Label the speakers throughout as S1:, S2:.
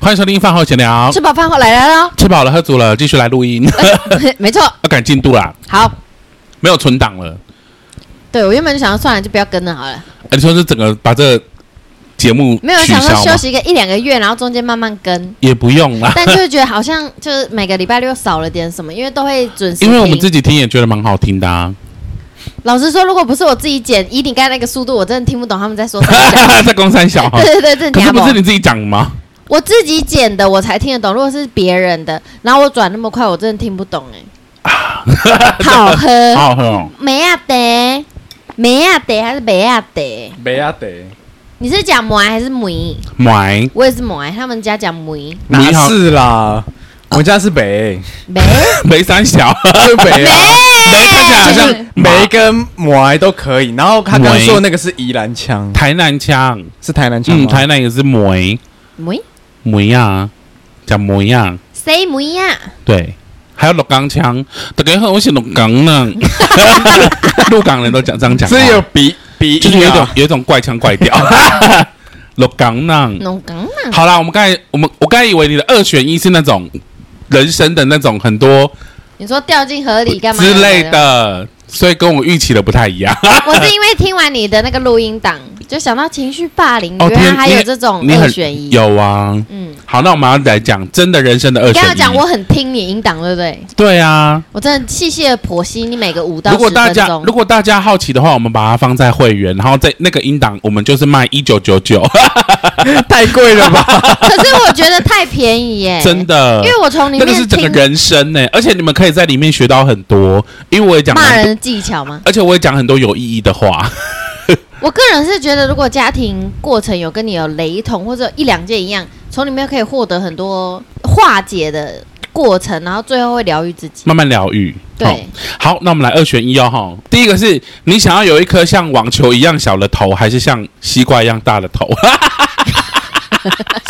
S1: 欢迎收听饭后闲聊，
S2: 吃饱饭后来来了，
S1: 吃饱了喝足了，继续来录音，
S2: 没错，
S1: 要赶进度啦，
S2: 好，
S1: 没有存档了。
S2: 对我原本就想要算了，就不要跟了好了，
S1: 哎你说是整个把这个节目
S2: 没有
S1: 取
S2: 想说
S1: 消
S2: 休
S1: 吗？，
S2: 息个一两个月，然后中间慢慢跟
S1: 也不用啦，
S2: 但就是觉得好像就是每个礼拜六少了点什么，因为都会准时听。
S1: 因为我们自己听也觉得蛮好听的 啊。
S2: 老实说，如果不是我自己剪，以你刚才那个速度，我真的听不懂他们在说什么。
S1: 在公山 小，
S2: 对对对，这
S1: 可是
S2: 假
S1: 不
S2: 不
S1: 是？你自己讲 吗？
S2: 我自己剪的我才听得懂，如果是别人的，然后我转那么快，我真的听不懂 哎、好喝，
S1: 好喝 哦，
S2: 梅亚得，梅亚得还是梅亚得？
S3: 梅亚得
S2: 你是讲梅还是梅？
S1: 买
S2: 我也是母癌，啊他们家讲母癌，
S1: 你
S3: 哪
S1: 好
S3: 是啦？我们家是北，
S2: 没
S1: 梅山 小，
S3: 是北啊，
S1: 梅看起来好像
S3: 梅跟摩都可以。然后他刚刚说的那个是宜兰腔，
S1: 台南腔，
S3: 是台南腔
S1: 嗯，
S3: 吗？
S1: 台南也是梅
S2: 母
S1: 梅呀，讲梅啊呀，
S2: 谁啊母呀？
S1: 对。还有鹿港腔，大家好，我是鹿港 人，鹿港人都讲这样讲话，
S3: 是有鼻鼻
S1: 就是有一
S3: 音
S1: 种
S3: 啊。
S1: 有一种怪腔怪调。鹿港人，
S2: 农港嘛，
S1: 好啦，我们刚才我们我刚才以为你的二选一是那种人生的那种很多
S2: 你说掉进河里干嘛啊
S1: 之类？的，所以跟我预期的不太一样。
S2: 我是因为听完你的那个录音档，就想到情绪霸凌，
S1: 哦
S2: 原来
S1: 天
S2: 还
S1: 你
S2: 有这种
S1: 你
S2: 二
S1: 很
S2: 选一。
S1: 有啊。
S2: 嗯，
S1: 好，那我们要来讲真的人生的二
S2: 你刚
S1: 选
S2: 刚
S1: 一。
S2: 讲我很听你音档，对不对？
S1: 对啊，
S2: 我真的细细的剖析你每个五到
S1: 如果
S2: 十
S1: 大
S2: 分
S1: 家
S2: 钟
S1: 如。果大家好奇的话，我们把它放在会员，然后在那个音档，我们就是卖一九九九，
S3: 太贵了吧？
S2: 可是我觉得太便宜耶，
S1: 真，的
S2: 因。为我从里
S1: 那
S2: 面
S1: 个是整个
S2: 听
S1: 人生呢、而且你们可以在里面学到很多，因为我也讲
S2: 骂
S1: 蛮
S2: 人
S1: 多，
S2: 的技巧吗？
S1: 而且我也讲很多有意义的话。
S2: 我个人是觉得，如果家庭过程有跟你有雷同，或者一两件一样，从里面可以获得很多化解的过程，然后最后会疗愈自己。
S1: 慢慢疗愈。哦
S2: 对，
S1: 好，那我们来二选一哦，哈。第一个是你想要有一颗像网球一样小的头，还是像西瓜一样大的 头？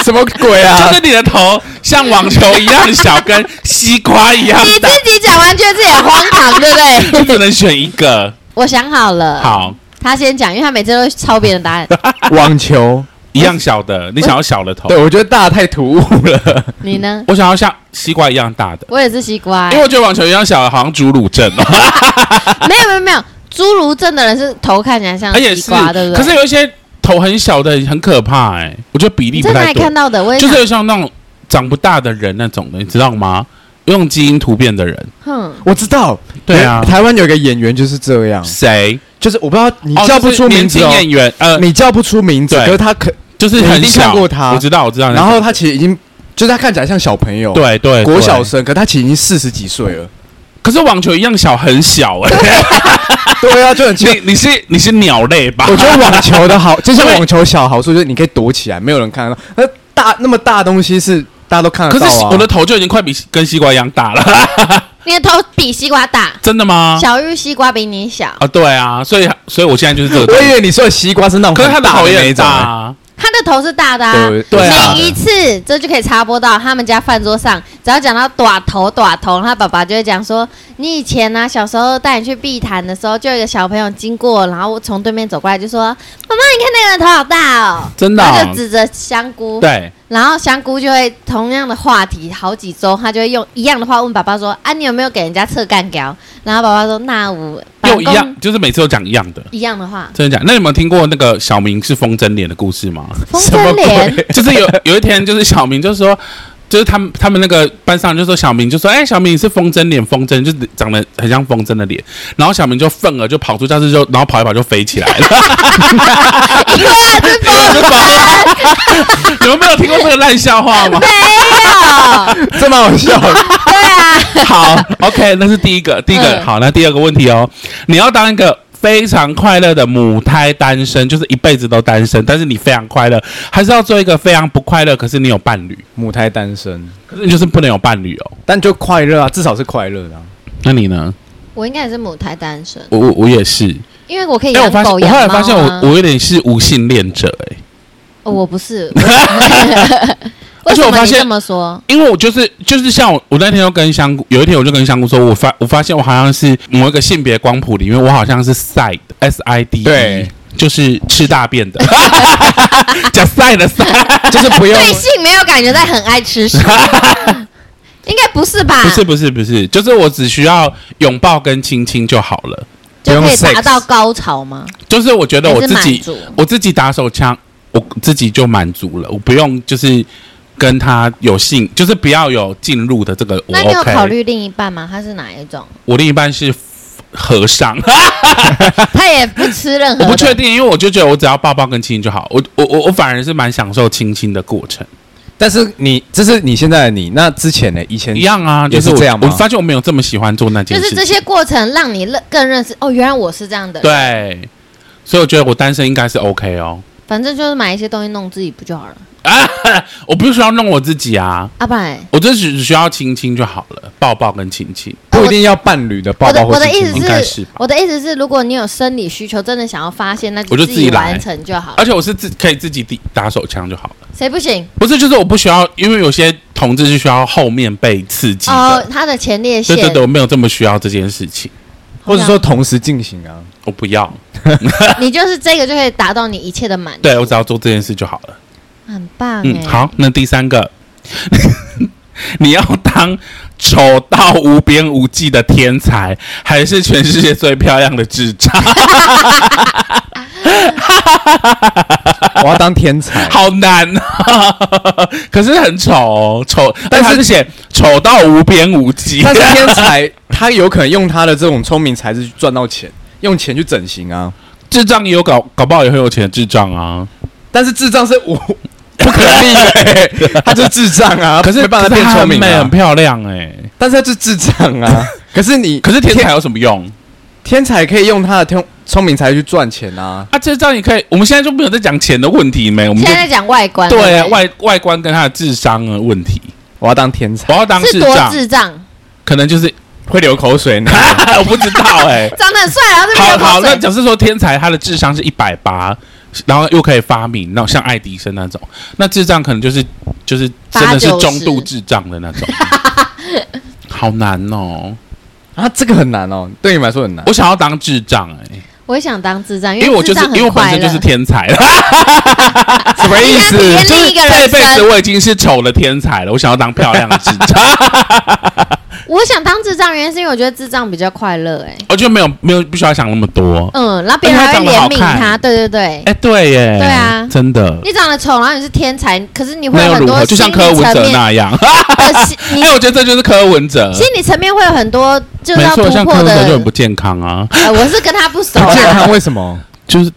S3: 什么鬼啊
S1: 就？是你的头像网球一样小，跟西瓜 一样
S2: 你
S1: 大，
S2: 自己讲完觉得自己很荒唐，对不对？
S1: 你只能选一个。
S2: 我想好了，，
S1: 好，
S2: 他先讲，因为他每次都抄别人答案。
S3: 网球？
S1: 一样小的，你想要小的头
S3: 对，，我觉得大太突兀了。
S2: 你 呢？
S1: 我想要像西瓜一样大的，
S2: 我也是西瓜、
S1: 因为我觉得网球一样小的好像侏儒症哦，
S2: 没有没有没有，侏儒症的人是头看起来像
S1: 而且
S2: 西
S1: 哎是，
S2: 瓜，对不
S1: 可
S2: 对？
S1: 是有一些头很小的很可怕哎，我觉得比
S2: 你
S1: 例不
S2: 在哪
S1: 太
S2: 里
S1: 对
S2: 看。到的？我也
S1: 就
S2: 想，
S1: 是像那种长不大的人那种的，你知道吗？用基因突变的人，
S2: 哼，
S3: 我知道，
S1: 对啊
S3: 台湾有一个演员就是这样，
S1: 谁？
S3: 就是我不知道你
S1: 哦
S3: 叫不
S1: 就是
S3: 出名
S1: 年
S3: 字
S1: 轻
S3: 哦，
S1: 演员，呃，
S3: 你叫不出名字，
S1: 对
S3: 可是他可，
S1: 就是
S3: 你一
S1: 很
S3: 定
S1: 小，
S3: 看过他
S1: 我知道，我知道。
S3: 然后他其实已经，就是他看起来像小朋友，，
S1: 对对，
S3: 国小
S1: 对，
S3: 生，可他其实已经四十几岁了。
S1: 可是网球一样小，很小哎。
S3: 对 啊，就很奇怪。
S1: 你你是你是鸟类吧？
S3: 我觉得网球的好，就像
S1: 对
S3: 网球小好处就是你可以躲起来，没有人看得到。那大那么大东西是大家都看得
S1: 可
S3: 到
S1: 是
S3: 啊。
S1: 我的头就已经快比跟西瓜一样大 了，
S2: 你的头比西瓜大，
S1: 真的吗？
S2: 小玉西瓜比你小，
S1: 啊，对啊，所以所以我现在就是这个头
S3: 我，以为你说的西瓜是那种
S1: 可是他
S3: 很
S1: 的
S3: 大
S1: 头
S3: 的
S1: 也
S3: 那
S1: 很
S3: 一种
S1: 大
S3: 欸，
S1: 啊，
S2: 他的头是大的、啊，
S3: 对
S1: 对啊
S2: 每一次这就可以插播到他们家饭桌上，只要讲到短头短头，他爸爸就会讲说：“你以前呢、啊小时候带你去碧潭的时候，就有一个小朋友经过，然后从对面走过来，就说：‘妈妈，你看那个人头好大哦。’
S1: 真的
S2: 他就
S1: 哦。
S2: 指着香菇，
S1: 对，
S2: 然后香菇就会同样的话题，好几周他就会用一样的话问爸爸说：‘啊，你有没有给人家测干掉？’然后爸爸说：‘那我
S1: 又一
S2: 办公
S1: 样，就是每次都讲一样的。
S2: 一样的话，
S1: 真的假的？那你们有听过那个小明是风筝脸的故事吗？
S2: 风
S3: 什么
S2: 筝脸。’
S1: 就是有有一天，就是小明就说，就是他们他们那个班上就说小明就说，哎、小明你是风筝脸，风筝就是长得很像风筝的脸。然后小明就愤而就跑出教室就，然后跑一跑就飞起来了。 你们没有听过这个烂笑话吗？
S2: 没有，
S3: 这蛮 好笑的。
S2: 对啊，
S1: 好，OK，那是第一个，第一个、
S2: 嗯
S1: 好，那第二个问题哦，你要当一个。非常快乐的母胎单身，就是一辈子都单身，但是你非常快乐，还是要做一个非常不快乐，可是你有伴侣，
S3: 母胎单身，
S1: 可是你就是不能有伴侣哦。
S3: 但就快乐啊，至少是快乐的啊。
S1: 那你呢？
S2: 我应该也是母胎单身，
S1: 我我我也是，
S2: 因为我可以
S1: 因哎为我
S2: 养
S1: 发现，
S2: 狗
S1: 我
S2: 养
S1: 后
S2: 猫、啊
S1: 来发现我我有点是无性恋者哎、
S2: 哦我不是，
S1: 而
S2: 为
S1: 且
S2: 什
S1: 我
S2: 么
S1: 发
S2: 你
S1: 现
S2: 这么说？
S1: 因为我就是就是像我，我那天就跟香菇，有一天我就跟香菇说，我发我发现我好像是某一个性别光谱里面，我好像是 side s i d e，
S3: 对
S1: 就是吃大便 的，假赛的赛，
S3: 就是不用
S2: 对性没有感觉，但很爱 吃屎，应该不是吧？
S1: 不是不是不是，就是我只需要拥抱跟亲亲就好了。
S2: 就可以
S3: 不用
S2: 达
S3: sex
S2: 到高潮吗？
S1: 就是我觉得我自
S2: 还是满
S1: 己
S2: 足，
S1: 我自己打手枪，我自己就满足了，我不用就是跟他有性，就是不要有进入的这个，我
S2: 那你有
S1: OK。
S2: 考虑另一半吗？他是哪一种？
S1: 我另一半是和尚，
S2: 他也不吃任何
S1: 我
S2: 的，
S1: 不确 定，因为我就觉得我只要抱抱跟亲亲就好。我我我我反而是蛮享受亲亲的过程，
S3: 但是你这是你现在的你，那之前呢？以前
S1: 一样啊，
S3: 也
S1: 就是我
S3: 这样吗
S1: 我发现我没有这么喜欢做那
S2: 就
S1: 件事
S2: 是
S1: 情，
S2: 这些过程让你认更认识哦，原来我是这样的。，
S1: 对，所以我觉得我单身应该是 OK 哦。
S2: 反正就是买一些东西弄自己不就好了？
S1: 我不需要弄我自己啊，
S2: 啊，不然
S1: 我就只只需要亲亲就好了，抱抱跟亲亲。
S3: 不一定要伴侣的抱
S2: 我的
S3: 抱或
S2: 我的
S3: 亲
S2: 意
S3: 亲
S1: 应该
S2: 思
S1: 是
S2: 是
S1: 吧，
S2: 我的意思是，如果你有生理需求，真的想要发现，那
S1: 我就
S2: 自
S1: 自己来啊
S2: 完成就好了
S1: 而。且我是自可以自己打打手枪就好了，
S2: 谁不行？
S1: 不是就是我不需要，因为有些同志是需要后面被刺激的，
S2: 哦，他的前列腺
S1: 对，对对，我没有这么需要这件事情，
S3: 或者说同时进行啊。
S1: 我不要，
S2: 你就是这个就可以达到你一切的满足，
S1: 对我只要做这件事就好了。
S2: 很棒
S1: 嗯，
S2: 哎。
S1: 好，那第三个， 你要当丑到无边无际的天才，还是全世界最漂亮的智障？，
S3: 我要当天 才
S1: 好难啊！ 可是很丑、哦，丑，但是写丑到无边无际。
S3: 但是天才他有可能用他的这种聪明才智去赚到钱，用钱去整形啊。
S1: 智障也有搞搞不好也很有钱的智障啊。
S3: 但是智障是无不可逆的、欸， 他就是智障啊。
S1: 可是
S3: 没办法
S1: 可
S3: 变
S1: 是她
S3: 聪
S1: 很
S3: 明、
S1: 美很
S3: 啊，
S1: 漂亮哎、
S3: 但是他就是智障啊。可是你，
S1: 可是天才有什么用
S3: 天才可以用他的天聪明才去赚钱啊。
S1: 啊？智障也可以，我们现在就没有在讲钱的问题没，我们
S2: 现
S1: 就
S2: 在在讲外观，
S1: 对啊
S2: 不
S1: 外外观跟他的智商的问题。
S3: 我要当天才，
S1: 我要当
S2: 是
S1: 智
S2: 多
S1: 障，
S2: 智障，
S1: 可能就是
S3: 会流口水呢。
S1: 我不知道哎、
S2: 长得很帅，然 啊后这边
S1: 好
S2: 流口
S1: 好，那
S2: 水
S1: 假设说天才他的智商是一百八，然后又可以发明，那像爱迪生那种，那智障可能就是就是真的是
S2: 八九十
S1: 中度智障的 那种，好难哦！
S3: 啊，这个很难哦，对你们来说很难
S1: 我。想要当智障哎、
S2: 我也想当智障，
S1: 因为我
S2: 智
S1: 就是
S2: 障
S1: 因为我
S2: 很
S1: 本
S2: 快
S1: 身
S2: 乐。
S1: 就是天才了，
S3: 什么意
S2: 你想体验
S3: 思？
S1: 就是
S2: 另一个人
S1: 这
S2: 生
S1: 辈子我已经是丑的天才了，我想要当漂亮的智 障，
S2: 我想当智障，原因是因为我觉得智障比较快乐，哎，
S1: 我就没有没有不需要想那么多。
S2: 嗯，然后别人还会怜悯
S1: 而且他长得好
S2: 他，
S1: 看
S2: 对对对。
S1: 哎、对耶，
S2: 对啊
S1: 真的。
S2: 你长得丑，然后你是天才，可是你会
S1: 那
S2: 有
S1: 又
S2: 很
S1: 如
S2: 多
S1: 何？就
S2: 心
S1: 像
S2: 理
S1: 柯
S2: 层
S1: 文哲
S2: 面，
S1: 那样，
S2: 呃心
S1: 哎、
S2: 你
S1: 我觉得这就是柯文哲，
S2: 心理层面会有很多就是
S1: 没
S2: 要突
S1: 错，像柯
S2: 破
S1: 文哲就
S2: 的
S1: 很。不健康啊。
S2: 呃，我是跟他不熟
S3: 不健
S2: 啦。
S3: 康为什么？
S1: 就是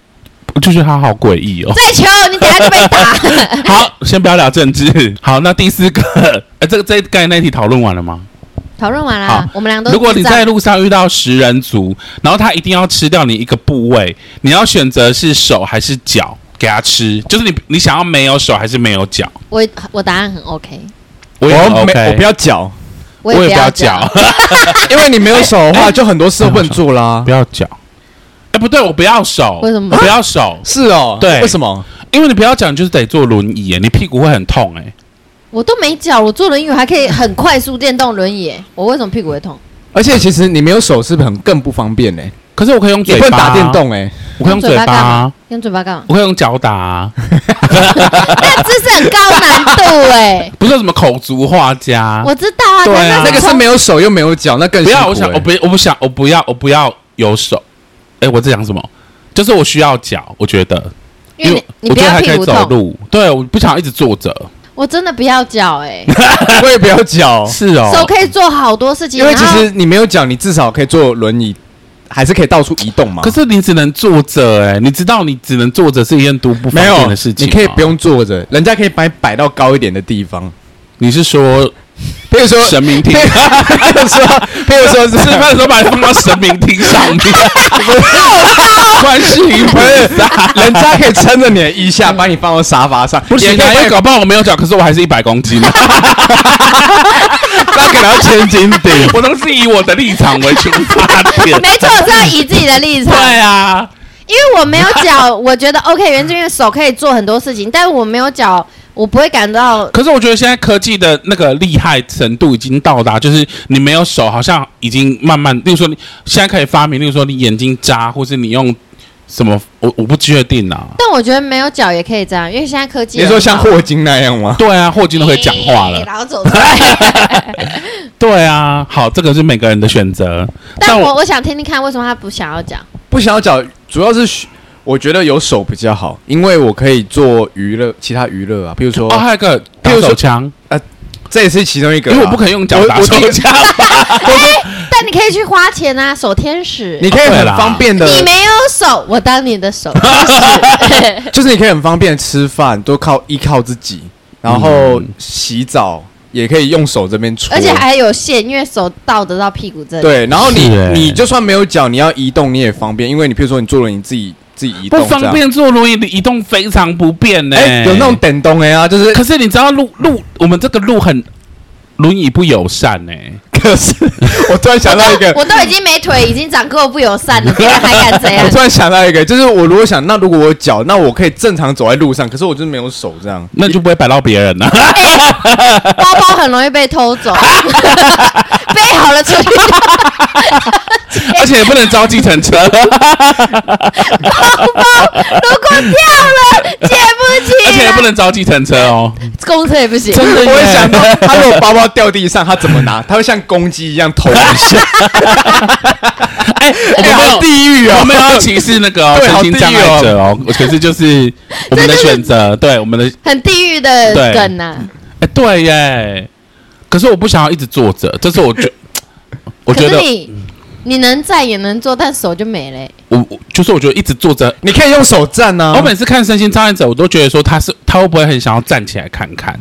S1: 我就觉得他好诡异哦。
S2: 再求你等下就被打。
S1: 好，先不要聊政治。 好，那第四个，呃，这个这刚才那题讨论完了吗？
S2: 讨论完
S1: 好
S2: 了，我们俩都
S1: 如果你
S2: 智障
S1: 在路上遇到食人族，然后他一定要吃掉你一个部位，你要选择是手还是脚给他吃？就是你你想要没有手还是没有脚？
S2: 我我答案很 OK，
S1: 我也很
S3: 要没
S1: OK，
S3: 我不要脚，
S2: 我
S1: 我也
S2: 不
S1: 不要
S2: 讲。
S1: 脚，
S3: 因为你没有手的话，就很多事都不能做啦
S1: 不。要脚。哎，不对，我不要手，
S2: 为什么
S1: 我不要手，
S3: 是哦，
S1: 对
S3: 为什么？
S1: 因为你不要脚，你就是得坐轮椅耶，你屁股会很痛哎。
S2: 我都没脚，我坐轮椅我还可以很快速电动轮椅，我为什么屁股会痛？
S3: 而且其实你没有手是不是很更不方便呢？
S1: 可是我可以用
S3: 也
S1: 嘴
S3: 不
S1: 巴啊
S3: 能打电，动哎，
S1: 我可以用嘴
S2: 用嘴巴
S1: 巴
S2: 干
S1: 啊
S2: 嘛，用嘴巴干嘛？
S1: 我可以用脚打啊。
S2: 那这是很高 难度哎，
S1: 不是有什么口足画家。
S2: 我知道啊，
S1: 对啊
S2: 但
S3: 那个是
S2: 从
S3: 没有手又没有脚，那更
S1: 不要，
S3: 辛苦
S1: 我想，
S3: 欸
S1: 我不，我不想，我不要，我不要有手。哎，我在讲什么？就是我需要脚，我觉得，
S2: 因为你
S1: 我
S2: 你不
S1: 觉得
S2: 要
S1: 还
S2: 屁
S1: 可以
S2: 股
S1: 走
S2: 痛，
S1: 路。对，我不想一直坐着。
S2: 我真的不要脚哎，
S3: 我也不要脚，
S1: 是哦，
S2: 手可以做好多事情，
S3: 因为
S2: 然
S3: 其
S2: 后
S3: 实你没有脚，你至少可以坐轮椅，还是可以到处移动嘛。
S1: 可是你只能坐着，哎，你知道你只能坐着是一件多不方
S3: 没有
S1: 便的事情。
S3: 你可以不，用坐着，人家可以把你摆到高一点的地 方，
S1: 你是 说
S3: 比如说，
S1: 神明
S3: 比
S1: 厅
S3: 如？比如 说，比如说是
S1: 吃饭的时候把它放到神明厅上 面，观世音
S3: 不
S1: 菩
S3: 是
S1: 萨。
S3: 人家可以撑着你的衣下，把你放到沙发 上，
S1: 不
S3: 也
S1: 行
S3: 可
S1: 啊，因
S3: 以把
S1: 为
S3: 你
S1: 搞不好我没有脚，可是我还是一百公斤。
S3: 那可能要千斤顶。
S1: 我都是以我的立场为出发点。
S2: 哦没错，我是要以自己的立 场，
S1: 对啊，
S2: 因为我没有脚，我觉得 OK，原因为手可以做很多事情，但我没有脚，我不会感到
S1: 可是我觉得现在科技的那个厉害程度已经到达，就是你没有手，好像已经慢慢，例如说你现在可以发明，例如说你眼睛眨，或是你用什么？我我不确定啊。
S2: 但我觉得没有脚也可以这样，因为现在科技
S3: 你
S2: 很好。哎
S3: 说像霍金那样吗？
S1: 对啊，霍金都可以讲话了。
S2: 然后 走出来。
S1: 对啊，好，这个是每个人的选择。
S2: 但我我想听听看，为什么他不想要讲？
S3: 不想要脚，主要是需我觉得有手比较好，因为我可以做娱乐，其他娱乐啊，比如说、
S1: 哦，还有一个打
S3: 比如说
S1: 手枪，
S3: 这也是其中一个
S1: 因
S3: 啊，
S1: 为我不可以用脚
S3: 我
S1: 打
S3: 我
S1: 手
S3: 第一
S1: 枪。
S2: 哎但你可以去花钱啊，守天使。
S3: 你可
S1: 哦
S3: 以
S1: 对
S3: 很
S1: 啦
S3: 方便的，
S2: 你没有手，我当你 的手。
S3: 就是你可以很方便地吃饭，都靠依靠自己，然后洗澡也可以用手这边搓，
S2: 而且还有线，因为手到得到屁股这里。，
S3: 对，然后你
S1: 是欸
S3: 你就算没有脚，你要移动你也方便，因为你譬如说你坐轮椅自己自己移动
S1: 不
S3: 这
S1: 方
S3: 样。
S1: 便坐轮椅的移动非常不便呢、
S3: 哎、有那种，等动哎啊，就 是
S1: 可是你知道路路我们这个路很轮椅不友善欸呢、
S3: 可是 我突然想到一个，
S2: 我都已经没腿，已经长够不友善了，别人还敢怎样
S3: 我？突然想到一个，就是我如果想，那如果我有脚，那我可以正常走在路上，可是我就是没有手这样。
S1: 那就不会摆到别人 了。
S2: 包包很容易被偷 走， 背好了出去，
S1: 而且也不能招计程 车，而
S2: 如果掉 了，捡不起来，
S1: 且也不能招计程车哦。
S2: 公车也不行。
S1: 真的耶
S3: 我会想到，他如果包包掉地上，他怎么拿？他会像公鸡一样投 一下，
S1: 哎、我们没有、
S3: 好地狱哦
S1: 我们没有要歧视那个哦
S3: 对
S1: 身
S3: 好
S1: 心障
S3: 地狱
S1: 碍
S3: 哦
S1: 者哦，可是就是我们的选 择，对我们的，
S2: 很地狱的
S1: 对
S2: 梗啊呐、
S1: 哎、对耶。可是我不想要一直坐着，这是我觉，我
S2: 可
S1: 觉
S2: 是
S1: 得嗯
S2: 你你能站也能坐，但手就没了欸、
S1: 我我就是我觉得一直坐着
S3: 你可以用手站啊呢、
S1: 我每次看身心障碍者，我都觉得说他是他会不会很想要站起来看看，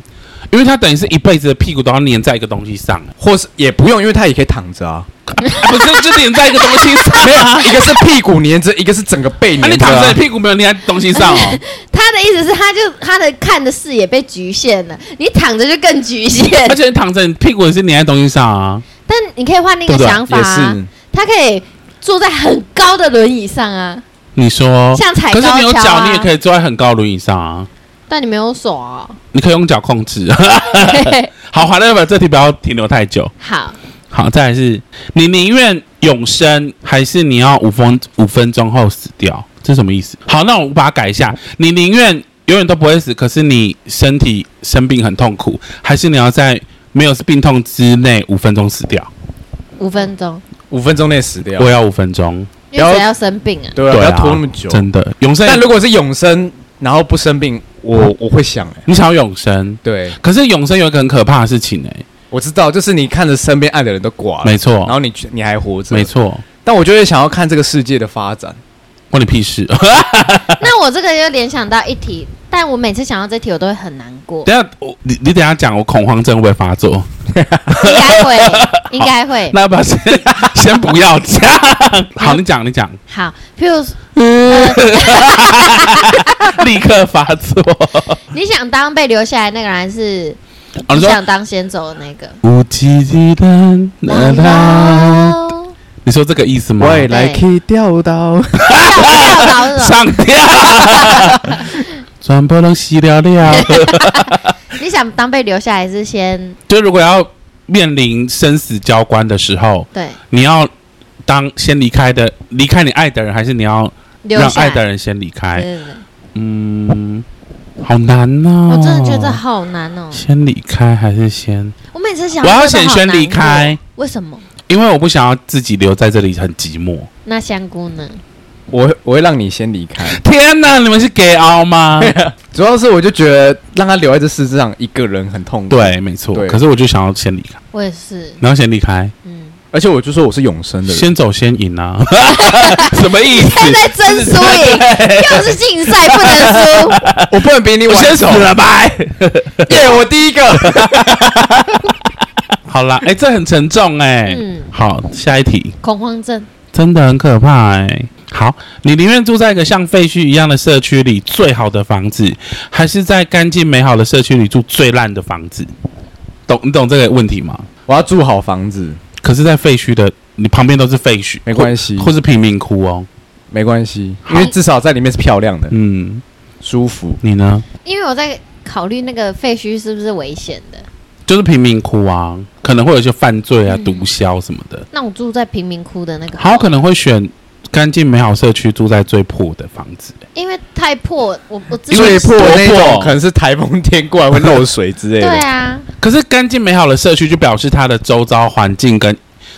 S1: 因为他等于是一辈子的屁股都要粘在一个东西上，
S3: 或是也不用，因为他也可以躺着啊。
S1: 啊不是就粘在一个东西上？
S3: 没有，一个是屁股粘着，一个是整个背
S1: 啊，你
S3: 粘着、
S1: 躺着，
S3: 啊
S1: 你。屁股没有粘在东西上哦。
S2: 他的意思是，他就他的看的视野被局限了，你躺着就更局限。
S1: 而且你躺着，你屁股也是粘在东西上啊。
S2: 但你可以换另一个
S1: 对不对
S2: 想法、啊，他可以坐在很高的轮椅上啊，
S1: 你说，
S2: 像踩
S1: 可
S2: 高
S1: 是你有
S2: 跷
S1: 脚，
S2: 啊
S1: 你也可以坐在很高的轮椅上啊，
S2: 但你没有 手啊。
S1: 你可以用脚控制。 好，华乐吧，这题不要停留太久。
S2: 好，
S1: 好，再来是你宁愿永生，还是你要五分五分钟后死掉？这什么意思？好，那我把它改一下，你宁愿永远都不会死，可是你身体生病很痛苦，还是你要在没有病痛之内五分钟死掉？
S2: 五分钟，
S3: 五分钟内死掉
S1: 我。要五分钟，
S2: 因为谁要生病啊？
S3: 对啊，
S1: 对
S3: 不
S1: 啊，
S3: 要拖那么久。
S1: 真的永生。
S3: 但如果是永生，然后不生病，我我会想、欸，
S1: 你想要永生，
S3: 对，
S1: 可是永生有一个很可怕的事情哎、
S3: 我知道，就是你看着身边爱的人都挂了，
S1: 没错
S3: 然后你你还活着，
S1: 没。错，
S3: 但我就会想要看这个世界的发展，
S1: 关你屁事。
S2: 那我这个又联想到一题，但我每次想到这题，我都会很难 过。
S1: 等一下我你你等一下讲，我恐慌症会不会发作？
S2: 应该会，应该会。
S1: 那要不要先 先不要讲？ 好，你讲你讲。
S2: 好，譬如说
S1: 嗯 立刻发作。
S2: 你想当被留下来那个人，还是
S1: 啊、
S2: 你
S1: 你说
S2: 想当先走的那个？
S1: 无极的灯，啦啦，你说这个意思吗？
S3: 未来可以钓到。
S2: 跳跳槽是 吧？
S1: 上吊，全部都洗了了。
S2: 你想当被留下来，还是先
S1: 就如果要面临生死交关的时候，
S2: 对
S1: 你要当先离开的，离开你爱的人，还是你要
S2: 留
S1: 让
S2: 下
S1: 爱
S2: 来？
S1: 的人先离开？
S2: 对对对，
S1: 嗯，好难哦。
S2: 我真的觉得好难哦。
S1: 先离开还是先？
S2: 我每次想，
S1: 我要选先离开，，
S2: 为什么？
S1: 因为我不想要自己留在这里很寂寞。
S2: 那香菇呢？
S3: 我会我会让你先离开，
S1: 天哪，你们是 gay 凹吗？
S3: 主要是我就觉得让他留在这世界上一个人很痛 苦。，
S1: 对，没错。
S3: 对
S1: 可是我就想要先离开，
S2: 我也是，
S1: 你要先离开，
S2: 嗯，
S3: 而且我就说我是永生的人，
S1: 先走先赢啊！ 什么意思？
S2: 现在争输赢，又是竞赛，不能输。
S3: 啊我不能比你
S1: 我
S3: 晚
S1: 先死
S3: 走。
S1: 了，拜。
S3: 耶，我第一个。
S1: 好啦，哎、这很沉重哎、
S2: 嗯
S1: 好，下一题，
S2: 恐慌症，
S1: 真的很可怕哎、好，你宁愿住在一个像废墟一样的社区里最好的房子，还是在干净美好的社区里住最烂的房子？懂你懂这个问题吗？
S3: 我要住好房子，
S1: 可是，在废墟的你旁边都是废墟，
S3: 没关系
S1: 或，或是贫民窟哦。
S3: 没关系，因为至少在里面是漂亮的、
S1: 嗯，
S3: 舒服。
S1: 你呢？
S2: 因为我在考虑那个废墟是不是危险的。
S1: 就是贫民窟啊，嗯可能会有一些犯罪啊、毒枭什么的。
S2: 那我住在贫民窟的那个，
S1: 还有可能会选干净美好社区住在最破的房子，
S2: 因为太破，我我之
S3: 最
S2: 前
S3: 破的那
S1: 多破
S3: 种可能是台风天过来会漏水之类
S2: 对
S3: 的。
S2: 啊，
S1: 可是干净美好的社区就表示它的周遭环境跟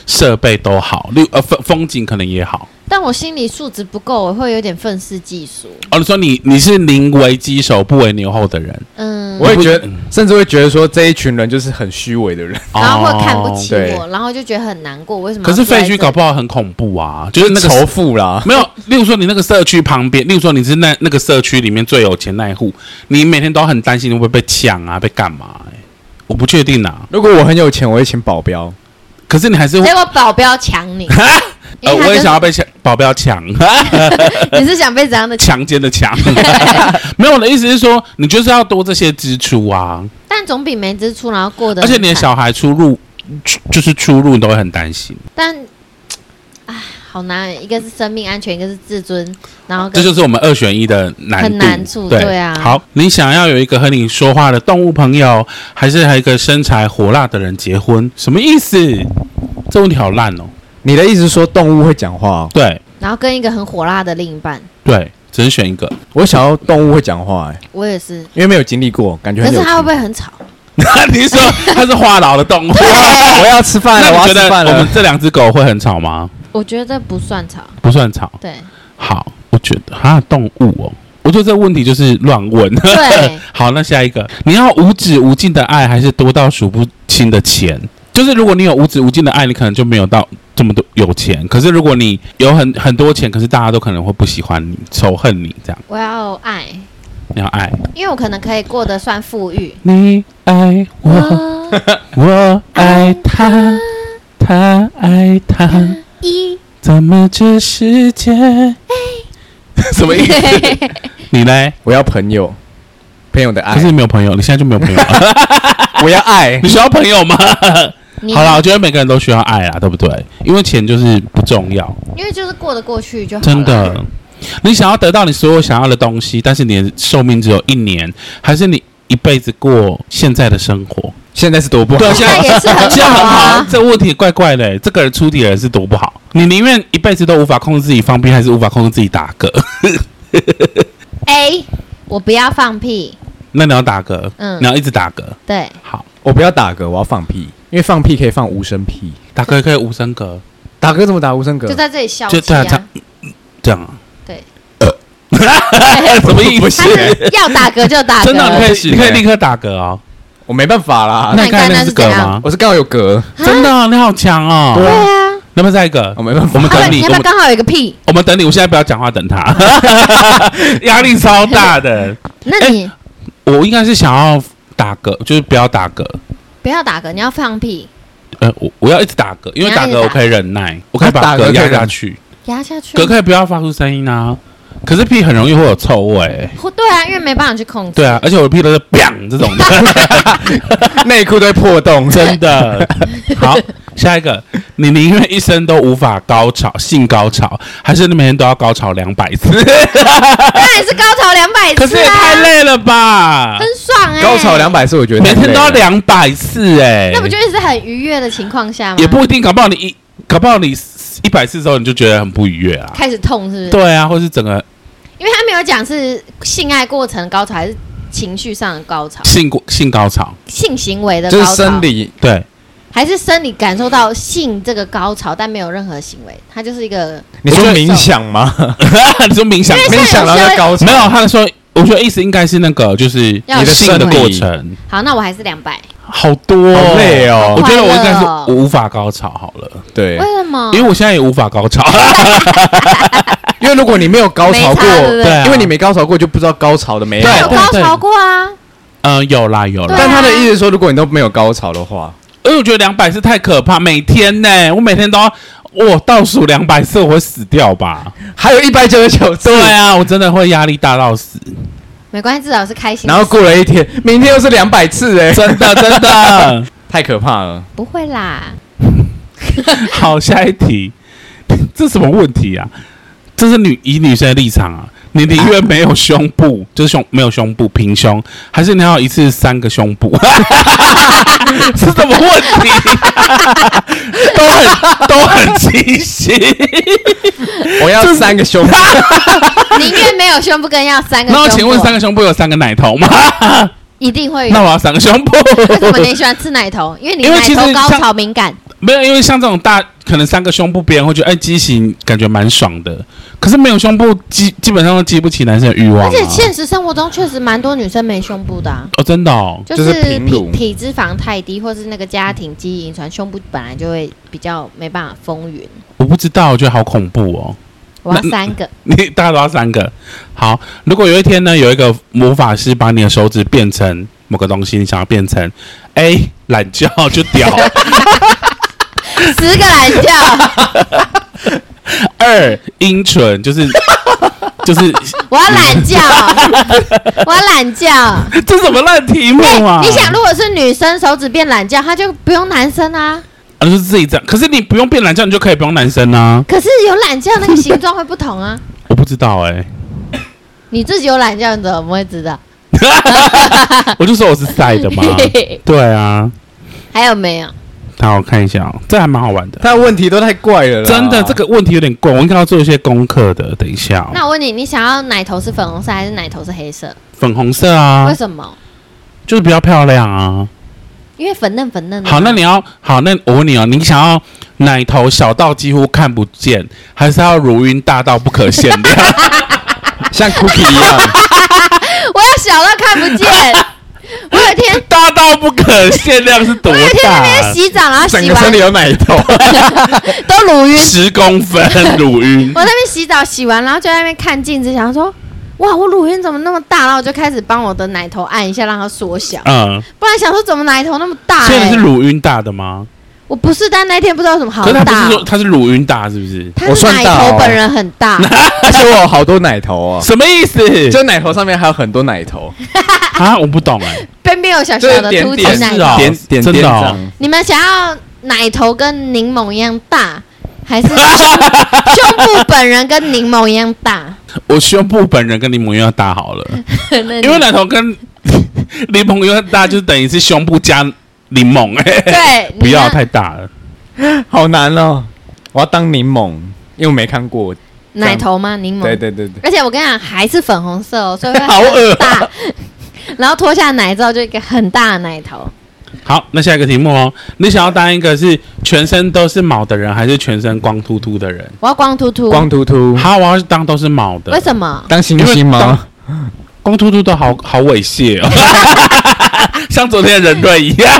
S1: 设备都好，例如呃风风景可能也好。
S2: 但我心理素质不够，我会有点愤世嫉俗。
S1: 哦，你说你你是宁为鸡首不为牛后的人，
S2: 嗯，
S3: 我会觉得，甚至会觉得说这一群人就是很虚伪的人，
S2: 然后会看不
S1: 哦
S2: 起
S3: 对
S2: 我，然后就觉得很难过。为什么要
S1: 可
S2: 住
S1: 是
S2: 在这
S1: 废
S2: 里？
S1: 墟搞不好很恐怖啊，就是嗯那个
S3: 仇富啦。
S1: 没有，例如说你那个社区旁边，例如说你是那那个社区里面最有钱那一户，你每天都很担心你会不会被抢啊，被干嘛、欸？我不确定啊，
S3: 如果我很有钱，我会请保镖。
S1: 可是你还是会
S2: 结，果保镖抢 你，哎因
S1: 呃，
S2: 为他
S1: 我也
S2: 就是
S1: 想要被抢，保镖抢，
S2: 你是想被怎样的？
S1: 强奸的 强。没有，我的意思是说，你就是要多这些支出啊，
S2: 但总比没支出，然后过得
S1: 而且
S2: 很
S1: 你的
S2: 惨，
S1: 小孩出入，出就是出入你都会很担心，
S2: 但唉，好难，一个是生命安全，一个是自尊，然后
S1: 这
S2: 跟
S1: 就是我们二选一的难度。
S2: 很难处对啊
S1: 好，你想要有一个和你说话的动物朋友，还是和一个身材火辣的人结婚？什么意思？这问题好烂哦。
S3: 你的意思是说动物会讲话、哦？
S1: 对
S2: 然后跟一个很火辣的另一半，
S1: 对，只能选一 个。
S3: 我想要动物会讲话、欸，
S2: 我也是。
S3: 因为没有经历过，感觉
S2: 可
S3: 很
S2: 是
S3: 有趣。
S2: 他会不会很吵？
S1: 你说它是话痨的动物，
S3: 我要吃饭
S1: 那
S3: 了，啊
S1: 你觉
S3: 我要吃
S1: 得
S3: 饭
S1: 我们
S3: 了。
S1: 这两只狗会很吵吗？
S2: 我觉得不算吵，
S1: 不算吵。
S2: 对
S1: 好，我觉得啊，动物哦，我觉得这个问题就是乱问。
S2: 对，
S1: 好，那下一个，你要无止无尽的爱，还是多到数不清的钱？就是如果你有无止无尽的爱，你可能就没有到这么多有钱。可是如果你有很很多钱，可是大家都可能会不喜欢你、仇恨你这样。
S2: 我要爱，
S1: 你要爱，
S2: 因为我可能可以过得算富裕。啊
S1: 你爱我，
S2: 我
S1: 我爱他，他爱他，
S2: 啊 一
S1: 怎么这世界？什么意思？你嘞？
S3: 我要朋友，朋友的爱
S1: 可。是你没有朋友，你现在就没有朋友了。
S3: 我要爱
S1: 你需要朋友吗？
S2: 你
S1: 好啦，我觉得每个人都需要爱啦，对不对？因为钱就是不重要，
S2: 因为就是过得过去就好了
S1: 真。的。你想要得到你所有想要的东西，但是你的寿命只有一年，还是你一辈子过现在的生活？
S3: 现在是多不好
S1: 对，，
S2: 现
S1: 现
S2: 在
S1: 在
S2: 也是很好啊
S1: 现在很好。这问题怪怪的、这个人出题的人是多不好？你宁愿一辈子都无法控制自己放屁，还是无法控制自己打嗝？
S2: A，我不要放屁。
S1: 那你要打嗝，
S2: 嗯
S1: 你要一直打嗝。
S2: 对，
S1: 好，
S3: 我不要打嗝，我要放屁，因为放屁可以放无声屁。
S1: 打嗝可以无声嗝，
S3: 打嗝怎么打无声
S2: 就
S3: 嗝？
S2: 在这里消
S1: 就
S2: 气啊。
S1: 对啊这样啊。呃
S2: 对，
S1: 什么意
S3: 不
S1: 思
S2: 他？ 是要打嗝就打嗝，
S1: 真的，你可以
S3: 是
S1: 你可以立刻打嗝哦。
S3: 我没办法啦
S2: 那，
S1: 你看
S2: 那
S1: 那
S2: 是
S1: 是嗝
S2: 怎样
S1: 吗？
S3: 我啊是刚好有嗝，
S1: 真的啊，你好强哦！
S2: 对
S3: 对
S2: 啊。
S1: 那么再一个
S3: 我，没办
S1: 我
S3: 法。
S1: 们
S2: 要不然
S1: 等
S2: 你
S1: 你，
S2: 要
S1: 我
S2: 不要
S1: 们
S2: 刚好有一个屁？
S1: 我们等你，我现在不要讲话，等他，压力超大的。哎
S2: 那你
S1: 我应该是想要打嗝，就是不要打嗝。
S2: 不要打嗝，你要放屁，
S1: 呃，我我要一直打嗝，因为打
S2: 你
S1: 嗝
S2: 要一直打
S1: 我可以忍耐，我可以
S3: 打
S1: 把
S3: 嗝可
S1: 嗝
S3: 以
S1: 压
S3: 忍
S1: 下去，
S2: 压下去。
S1: 嗝可以不要发出声音啊。可是屁很容易会有臭味，
S2: 或对啊，因为没办法去控制。
S1: 对啊，而且我的屁都是 “bang” 这种 的，
S3: 内裤都会破洞，
S1: 真的。 好，下一个，你宁愿一生都无法高潮，性高潮，还是你每天都要高潮两百次？
S2: 当然是高潮两百次啊，
S1: 可是也太累了吧！
S2: 很爽哎、
S3: 高潮两，百次，我觉得
S1: 每天都要
S3: 两。
S1: 两百次哎、
S2: 那不就是啊很愉悦的情况下吗？
S1: 也不一定，搞不好你一搞不好你一百次之后你就觉得很不愉悦啊。
S2: 开始痛，是不是？
S1: 对啊，或是整个
S2: 因为他没有讲是性爱过程的高潮还是情绪上的高潮，
S1: 性过性高潮，
S2: 性行为的高
S3: 就
S2: 潮，
S3: 是生理，
S1: 对，
S2: 还是生理感受到性这个高潮，但没有任何行为，它就是一个
S3: 你说冥想吗？
S1: 你说冥想
S2: 因为
S1: 没
S2: 像
S3: 冥想然后要高潮，
S1: 没有？他说，我觉得意思应该是那个就是
S2: 要
S1: 你
S2: 有
S1: 的性的
S2: 行为
S1: 过程，
S2: 好。那我还是两百，
S1: 好多、
S3: 好累哦
S1: 我觉得我应该是
S2: 好快乐哦
S1: 我
S2: 嗯
S1: 无法高潮好了，
S3: 对
S2: 为，什么？
S1: 因为我现在也无法高潮。
S3: 因为如果你没有高潮过，
S2: 没差对不对
S1: 对啊，
S3: 因为你没高潮过，就不知道高潮的美
S2: 他
S3: 好
S2: 有
S1: 对。
S2: 高潮过啊，
S1: 呃有啦有
S2: 对啊
S1: 啦，
S3: 但他的意思是说，如果你都没有高潮的话，
S1: 因哎为我觉得两百次太可怕，每天呢、我每天都要我倒数两百次，我会死掉吧？
S3: 还有一百九十九次，
S1: 对啊，我真的会压力大到死，
S2: 没关系，至少是开心的事。
S3: 然后过了一天，明天又是两百次，哎，
S1: 真的真的。
S3: 太可怕了。
S2: 不会啦，
S1: 好，下一题，这什么问题啊？这是女以女生的立场啊，你宁愿没有胸部， 就是胸没有胸部平胸，还是你要一次三个胸部？ 是什么问题、 都很都很清晰。
S3: 我要三个 胸部，
S2: 宁愿没有胸部，跟要三个
S1: 那
S2: 胸
S1: 我
S2: 部。
S1: 请问三个胸部有三个奶头吗？
S2: 一定 会
S1: 那
S2: 有。
S1: 我要三个胸部。
S2: 为什么你喜欢吃奶头？因为你
S1: 因为
S2: 奶
S1: 其实
S2: 头高
S1: 像
S2: 潮敏感。
S1: 没有，因为像这种大，可能三个胸部，别人会觉得哎，畸形感觉蛮爽的。可是没有胸部，基基本上都激不起男生的欲望、啊。
S2: 而且现实生活中确实蛮多女生没胸部的啊、
S1: 哦，真的哦，
S2: 就
S3: 就是是平乳
S2: 体体脂肪太低，或是那个家庭基因遗传，胸部本来就会比较没办法风云。
S1: 我不知道，我觉得好恐怖哦。
S2: 我要
S1: 那
S2: 三个，
S1: 你 大家都要三个。好，如果有一天呢，有一个魔法师把你的手指变成某个东西，你想要变成 A 懒觉就 屌，
S2: 十个懒觉，
S1: 二阴唇就是就是
S2: 我要懒觉，我要懒觉。
S1: 这什么烂题目啊？
S2: 哎你想，如果是女生手指变懒觉，她就不用男生啊。
S1: 啊，就是自己这样。可是你不用变懒觉，你就可以不用男生啊。
S2: 可是有懒觉那个形状会不同啊。
S1: 我不知道哎、
S2: 你自己有懒觉，你怎么会知道？
S1: 我就说我是晒 的嘛。对啊，
S2: 还有没有？
S1: 好，我看一下、哦，这还蛮好玩的。
S3: 他的问题都太怪了啦，
S1: 真的，这个问题有点怪，我应该要做一些功课的。等一下哦、
S2: 那我问你，你想要奶头是粉红色还是奶头是黑色？
S1: 粉红色啊
S2: 为，什么？
S1: 就是比较漂亮啊。
S2: 因为粉嫩粉嫩的。
S1: 好，那你要好，那我问你哦，你想要奶头小到几乎看不见，还是要如晕大到不可限 量？
S3: 像 cookie 一 样，
S2: 我要小到看不见。我有一天，
S1: 大到不可限量是多
S2: 我有一天在
S1: 大
S2: 那？边洗澡，然后
S3: 整
S2: 洗
S3: 个身
S2: 完
S3: 体有奶头，
S2: 都乳晕。
S1: 十公分乳晕
S2: 我，在那边洗澡洗完，然后就在那边看镜子，想说。哇，我乳晕怎么那么大？然后我就开始帮我的奶头按一下，让它缩小。
S1: 嗯，
S2: 不然想说怎么奶头那么大、
S1: 所以你
S2: 欸？
S1: 是乳晕大的吗？
S2: 我不是，但那天不知道有什么好
S1: 可是他不
S2: 大
S1: 是。说他是乳晕大，是不是？
S2: 他
S3: 我
S2: 是
S3: 算
S2: 奶
S3: 大
S2: 头
S3: 哦
S2: 本人很 大，
S3: 而且我有好多奶头哦，
S1: 什么意思？
S3: 就奶头上面还有很多奶头，
S1: 啊，我不懂哎，
S2: 边边有小小
S3: 就是
S2: 的
S3: 点
S2: 凸起
S3: 点
S2: 奶
S1: 是哦
S2: 头。
S3: 点点
S1: 真
S3: 点
S1: 的哦
S3: 长，
S2: 你们想要奶头跟柠檬一样大，还 是胸胸部本人跟柠檬一样大？
S1: 我胸部本人跟柠檬一样大好了，
S2: 嗯那你
S1: 因为奶头 跟柠檬一样大，就等于是胸部加柠檬哎，
S2: 对，
S1: 不
S2: 你
S1: 要
S2: 呢
S1: 太大了。
S3: 好难哦，我要当柠檬，因为我没看过，
S2: 奶头吗？柠檬。
S3: 对对对 对，
S2: 而且我跟你讲，还是粉红色 哦，所以会
S3: 好恶
S1: 啊
S2: 很大。 然后脱下奶之后，就一个很大的奶头。
S1: 好，那下一个题目哦，你想要当一个是全身都是毛的人，还是全身光秃秃的人？
S2: 我要光秃秃，
S3: 光秃秃，
S1: 好，我要当都是毛的，
S2: 为什么？
S3: 当星星
S1: 因为
S3: 吗？
S1: 光秃秃的好好猥亵 哦，像昨天的人瑞一样。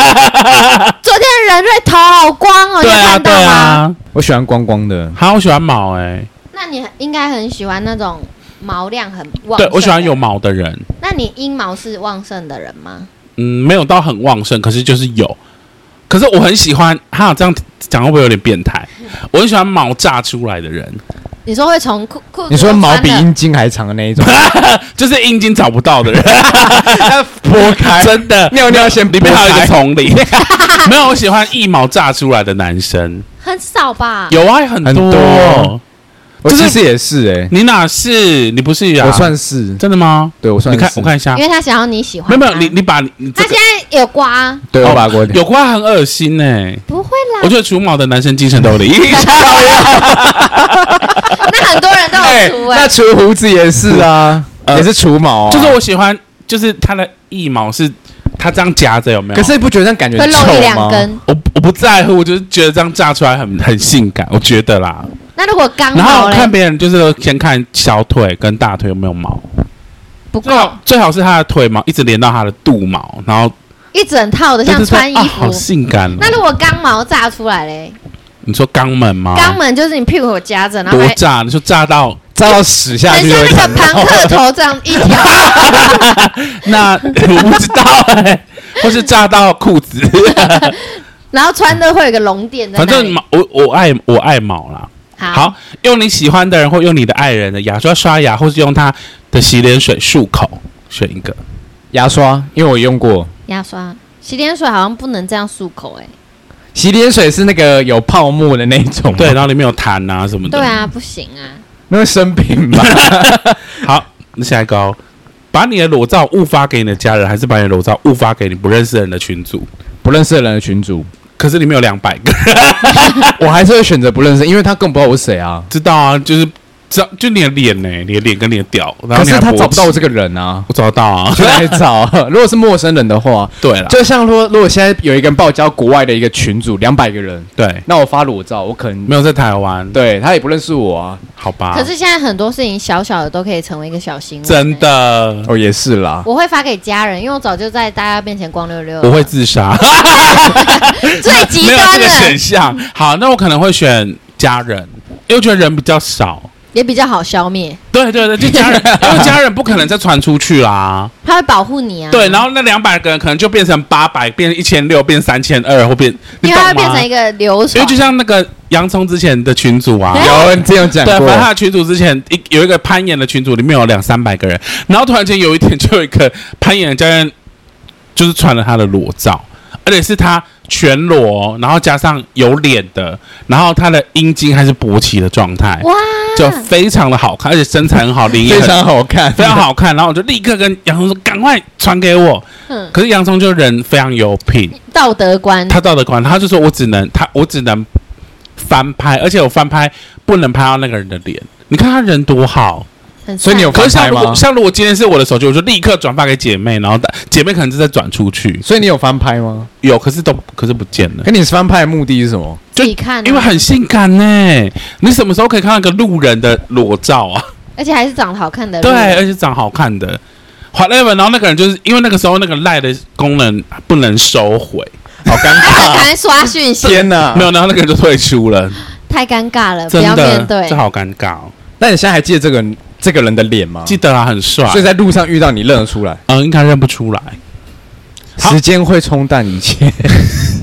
S2: 昨天人瑞头好光哦，你
S1: 对
S2: 有
S1: 啊，
S2: 看到
S1: 对
S2: 吗？
S1: 啊，
S3: 我喜欢光光的，
S1: 好，我喜欢毛哎、
S2: 那你应该很喜欢那种毛量很旺。
S1: 对我喜欢有。毛的人，
S2: 那你阴毛是旺盛的人吗？
S1: 嗯，没有到很旺盛，可是就是有。可是我很喜欢，哈，这样讲会不会有点变态？我很喜欢毛炸出来的人，
S2: 你说会从裤裤子
S3: 你说
S2: 都
S3: 毛
S2: 穿
S3: 比
S2: 了
S3: 阴茎还长的那一种，
S1: 就是阴茎找不到的人，
S3: 拨 开
S1: 真的。
S3: 尿尿先
S1: 里面还有一个丛林， 没有，我喜欢一毛炸出来的男 生。
S2: 很少吧？
S1: 有啊，很
S3: 很
S1: 多。
S3: 多我
S1: 就是
S3: 其实也是哎、
S1: 你哪是？你不是呀、
S3: 我算是，
S1: 真的吗？
S3: 对我算
S1: 你
S3: 是，
S1: 看，我看一下
S2: 因，为他想要你喜
S1: 没有啊
S2: 欢
S1: 没
S2: 他。
S1: 有，你你把你你
S2: 他
S1: 这个
S2: 现在有刮啊，
S3: 对我把
S1: 哦
S3: 过
S1: 有瓜很恶心呢、欸
S2: 不会
S1: 我
S2: 啦。
S1: 觉得除毛的男生精神都有点异常。
S2: 那很多人都有 除哎、
S3: 那除胡子也是啊，
S1: 呃
S3: 也是除毛啊、
S1: 就是我喜欢，就是他的腋毛是他这样夹着，有没有？
S3: 可是你不觉得这样
S1: 哎
S3: 感觉
S2: 会
S3: 很
S2: 露一
S3: 臭
S2: 两
S3: 吗？
S2: 根。
S1: 我我不在乎，我就是觉得这样炸出来很很性感，我觉得啦。
S2: 那如果刚
S1: 然
S2: 好
S1: 后
S2: 嘞
S1: 看，别人就是先看小腿跟大腿有没有毛，
S2: 不
S1: 最
S2: 够
S1: 好最好是他的腿毛一直连到他的肚毛，然后
S2: 一整套的，
S1: 对
S2: 像
S1: 对对
S2: 穿衣
S1: 啊
S2: 服。
S1: 好性感哦。
S2: 那如果肛毛炸出来嘞，
S1: 你说肛门吗？
S2: 肛门就是你屁股有夹着，然后
S1: 多
S2: 还
S1: 炸，你说炸到
S3: 扎到屎下
S2: 很
S3: 去就
S2: 像
S3: 会
S2: 那
S3: 看
S2: 个
S3: 到
S2: 庞克头这样 一条，
S1: 那 我不知道哎、或是炸到裤子，
S2: 然后穿的会有一个龙点在那
S1: 反
S2: 里。
S1: 正毛我我爱我爱毛啦。
S2: 好
S1: 好，用你喜欢的人或用你的爱人的牙刷刷牙，或是用他的洗脸水漱口，选一个。
S3: 牙刷，因为我用过
S2: 牙刷、洗脸水好像不能这样漱口哎、
S3: 洗脸水是那个有泡沫的那一种，
S1: 对，然，后里面有痰啊什么的。
S2: 对，啊，不行啊。
S3: 那会生 病吧？
S1: 好，那下一个哦，把你的裸照误发给你的家人，还是把你的裸照误发给你不认识的人的群组？
S3: 不认识的人的群主，
S1: 可是里面有两百个，
S3: 我还是会选择不认识，因为他更不知道我是谁啊。
S1: 知道啊，就是知道，就你的脸呢、你的脸跟你的屌，然
S3: 可
S1: 后你
S3: 是
S1: 还
S3: 他
S1: 勃
S3: 找不
S1: 起
S3: 到我这个人啊，
S1: 我找得到啊，
S3: 就来找。如果是陌生人的话，
S1: 对啊了，
S3: 就像说，如果现在有一个人报交国外的一个群组，两百个人，
S1: 对，
S3: 那我发裸照，我可能
S1: 没有在台湾，
S3: 对他也不认识我啊。
S1: 好吧，
S2: 可是现在很多事情小小的都可以成为一个小新闻、
S1: 真
S2: 欸。
S1: 的，
S3: 哦，也是啦，
S2: 我会发给家人，因为我早就在大家面前光溜溜了。
S1: 我会自杀，
S2: 最极
S1: 没有
S2: 端
S1: 这个选
S2: 的，
S1: 项。好，那我可能会选家人，因为我觉得人比较少。
S2: 也比较好消灭，
S1: 对对对，就家 人，因为家人不可能再传出去啦。
S2: 他会保护你啊。
S1: 对，然后那两百个人可能就变成八百，变一千六，变三千二，或变，你
S2: 因为
S1: 懂
S2: 它会
S1: 吗？
S2: 变成一个流
S1: 因
S2: 传
S1: 为就。像那个洋葱之前的群主啊，
S3: 有你这样讲
S1: 对，反
S3: 过
S1: 正，他的群组之前一有一个攀岩的群组，里面有两三百个人，然后突然间有一天就有一个攀岩的教练，就是传了他的裸照，而且是他全裸，然后加上有脸的，然后他的阴茎还是勃起的状态，
S2: 哇，
S1: 哎就非常的好看，而且身材很好，灵
S3: 非
S1: 也很
S3: 常好看，
S1: 非常。好看，然后我就立刻跟洋葱说：“赶快传给我。
S2: 嗯”，
S1: 可是洋葱就人非常有品，
S2: 道德观，
S1: 他道德观，他就说我只能他我只能翻拍，而且我翻拍不能拍到那个人的脸。你看他人多好，
S2: 很
S3: 所以你有
S1: 可是像
S3: 翻拍
S1: 如果
S3: 吗
S1: 像如果今天是我的手机，我就立刻转发给姐妹，然后大姐妹可能就再转出去。
S3: 所以你有翻拍吗？
S1: 有，可是都可是不见了，
S3: 可你翻拍的目的是什么？
S2: 自己看啊，
S1: 因为很性感呢、你什么时候可以看到一个路人的裸照啊？
S2: 而且还是长得好看的。
S1: 对，哎而且长好看的。whatever，然后那个人就是因为那个时候那个赖的功能不能收回，
S3: 好尴
S2: 他赶
S3: 尬！
S2: 快刷讯息，
S3: 天哪
S1: 没！有，然后那个人就退出了，
S2: 太尴尬了，啊呃不
S1: 真
S2: 要面
S1: 的，
S2: 对
S1: 这。好尴尬、哦。
S3: 那你现在还记得这个这个人的脸吗？
S1: 记得啊，很帅，
S3: 所以在路上遇到你认得出来，
S1: 嗯，应该认不出来。好
S3: 时间会冲淡一 切，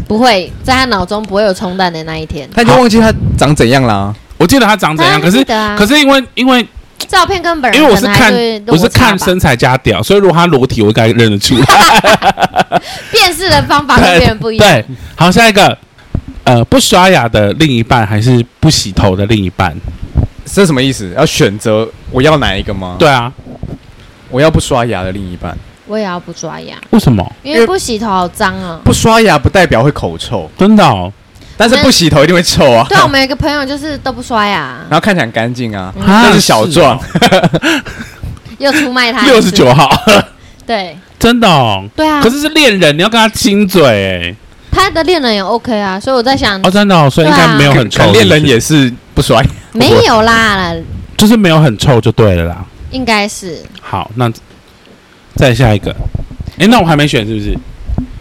S2: 不会，在他脑中不会有冲淡的那一天。
S3: 他就忘记他长怎样啦。
S1: 我记得他长怎样，
S2: 当
S1: 可
S2: 然
S1: 是、
S2: 记得啊
S1: 可是因为因为
S2: 照片跟本人
S1: 因为我
S2: 可
S1: 是
S2: 能还
S1: 看
S2: 会
S1: 我是
S2: 落差
S1: 看
S2: 吧
S1: 身材加屌，所以如果他裸体，我应该认得出来。
S2: 辨识的方法跟别人
S1: 对
S2: 啊不一样。
S1: 对，好，下一个，呃，不刷牙的另一半还是不洗头的另一半？
S3: 这什么意思？要选择我要哪一个吗？，
S1: 对啊，
S3: 我要不刷牙的另一半。
S2: 我也要不刷牙，
S1: 为什么？
S2: 因
S3: 因
S2: 为
S3: 为
S2: 不洗头好脏 哦。
S3: 不刷牙不代表会口臭，
S1: 真的、哦、
S3: 但是不洗头一定会臭啊。
S2: 对啊，我们有一个朋友就是都不刷牙
S3: 然，后看起来很干净啊，
S2: 嗯
S1: 啊
S3: 那是小壮，
S2: 又出卖他
S1: 六
S2: 一
S1: 十
S2: 次
S1: 九号，
S2: 对
S1: 真的、哦。
S2: 对啊
S1: 可，是是恋人，你要跟他亲嘴哎、
S2: 他的恋人也 OK 啊，所以我在想
S1: 哦，真的、哦，所以应
S2: 啊
S1: 该没有很臭
S3: 可，能恋人
S1: 是
S3: 也是不刷牙。
S2: 没有啦，
S1: 不是就是没有很臭就对了啦。
S2: 应该是
S1: 好，那再下一个。哎、那我还没选是不是？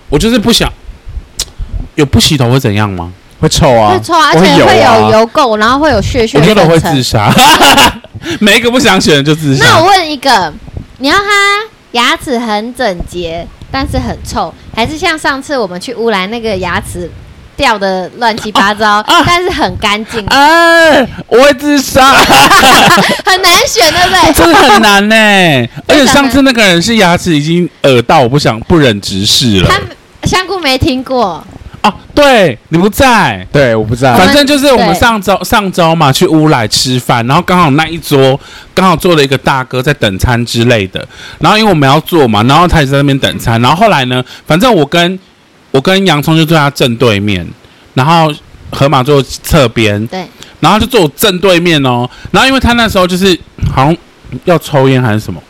S1: 我就是不想有不洗头会怎样吗？
S3: 会臭啊，
S2: 会臭啊，而
S3: 我
S2: 且
S3: 有
S2: 会有
S3: 啊。
S2: 油垢，然后会有血血
S1: 我觉得我会
S2: 粉
S1: 自啊
S2: 尘。
S1: 杀， 每一个不想选的就自
S2: 那
S1: 杀
S2: 我。问一个，你要他牙齿很整洁，但是很臭，还是像上次我们去乌来那个牙齿掉的乱七八糟，
S1: 啊
S2: 但是很干净，
S1: 哎，我会自杀，
S2: 很难选，对不 对？
S1: 真的很难呢、 而且
S2: 为什么
S1: 上次那个人是牙齿已经耳到，我不想不忍直视了
S2: 他。香菇没听过，
S1: 啊，对，你不在。
S3: 对，我不知道
S2: 我们。
S1: 反正就是我们
S2: 啊对
S1: 上周上周嘛，去乌来吃饭，然后刚好那一桌刚好坐了一个大哥在等餐之类的，然后因为我们要坐嘛，然后他也在那边等餐，然后后来呢，反正我跟我跟洋葱就坐在他正对面，然后河马坐侧边，
S2: 对，
S1: 然后就坐我正对面哦，然后因为他那时候就是好像要抽烟还是什么，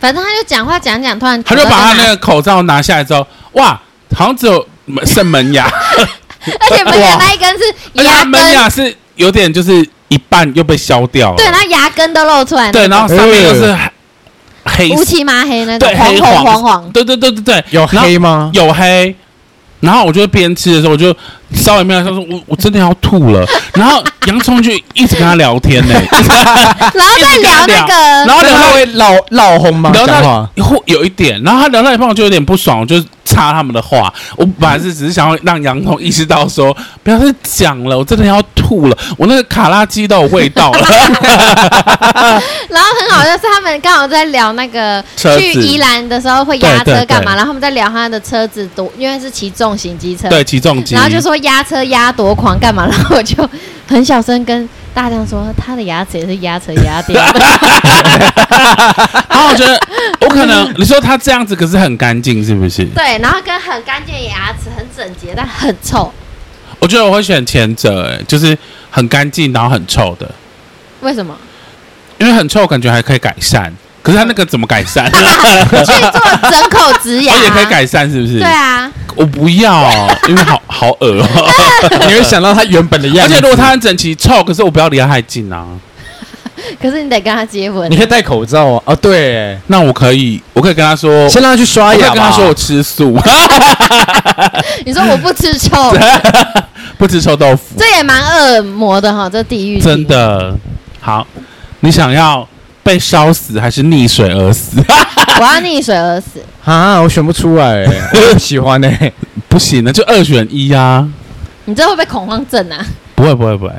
S2: 反正他就讲话讲讲，突然
S1: 他就把他那
S2: 拿
S1: 个口罩拿下来之后，哇，好像只有剩门牙。
S2: 而且门牙那一根是
S1: 而且
S2: 牙
S1: 它哎门
S2: 根，
S1: 牙是有点就是一半又被削掉了，
S2: 对，然后牙根都露出来那种，
S1: 对，然后上面又是
S3: 哎
S1: 黑
S2: 乌漆麻黑那种，
S1: 对黑
S2: 黄
S1: 黄
S2: 黄黄，
S1: 对对对对对，
S3: 有黑吗？
S1: 有黑。然后我就边吃的时候，我就稍微瞄一下说，我我真的要吐了。然后洋葱就一直跟他聊天 呢、一啊直嗯
S2: 然后再聊那个
S1: 然后
S3: 但
S1: 聊
S3: 他
S1: 到
S3: 会老老红吗？
S1: 聊
S3: 讲话
S1: 到或有一点，然后他聊到一半我就有点不爽，我就插他们的话。我本来是只是想要让洋葱意识到说，不要再讲了，我真的要吐了，我那个卡拉鸡都有味道 了。
S2: 然后很好笑是他们刚好在聊那个
S1: 车子
S2: 去宜兰的时候会压
S1: 对对
S2: 车干嘛，
S1: 对
S2: 然后他们在聊他的车子多，因为是骑重型机车，
S1: 对，起重机，
S2: 然后就说压车压多狂干嘛，然后我就很小声跟大将说他的牙齿也是压成压掉 的，
S1: 然后我觉得我可 能你说他这样子，可是很干净，是不是？
S2: 对，然后跟很干净的牙齿很整洁，但很 臭，
S1: 我觉得我会选前者、哎，就是很干净，然后很臭的，
S2: 为什么？
S1: 因为很臭，感觉还可以改善。可是他那个怎么改 善？
S2: 去做整口植牙
S1: 我也可以改善，是不是？
S2: 对啊，
S1: 我不要，因为好好恶 哦、
S3: 你会想到它原本的样
S1: 而
S3: 子。
S1: 且如果它很整齐臭，可是我不要离它太近啊。
S2: 可是你得跟他接吻
S3: 你。可以戴口罩啊，啊对，
S1: 那我可以，我可以跟他说，
S3: 先让他去刷
S1: 我可以
S3: 牙吧。
S1: 跟他说我吃素，
S2: 你说我不吃 臭，
S1: 啊不吃臭豆腐，
S2: 这也蛮恶魔的哈，这地狱
S1: 真的。好，你想要被烧死还是溺水而死？
S2: 我要溺水而死。
S3: 啊，我选不 出来、欸，我不喜欢哎、
S1: 不行那就二选一啊！
S2: 你这会不会恐慌症啊？
S1: 不会，不会，不会。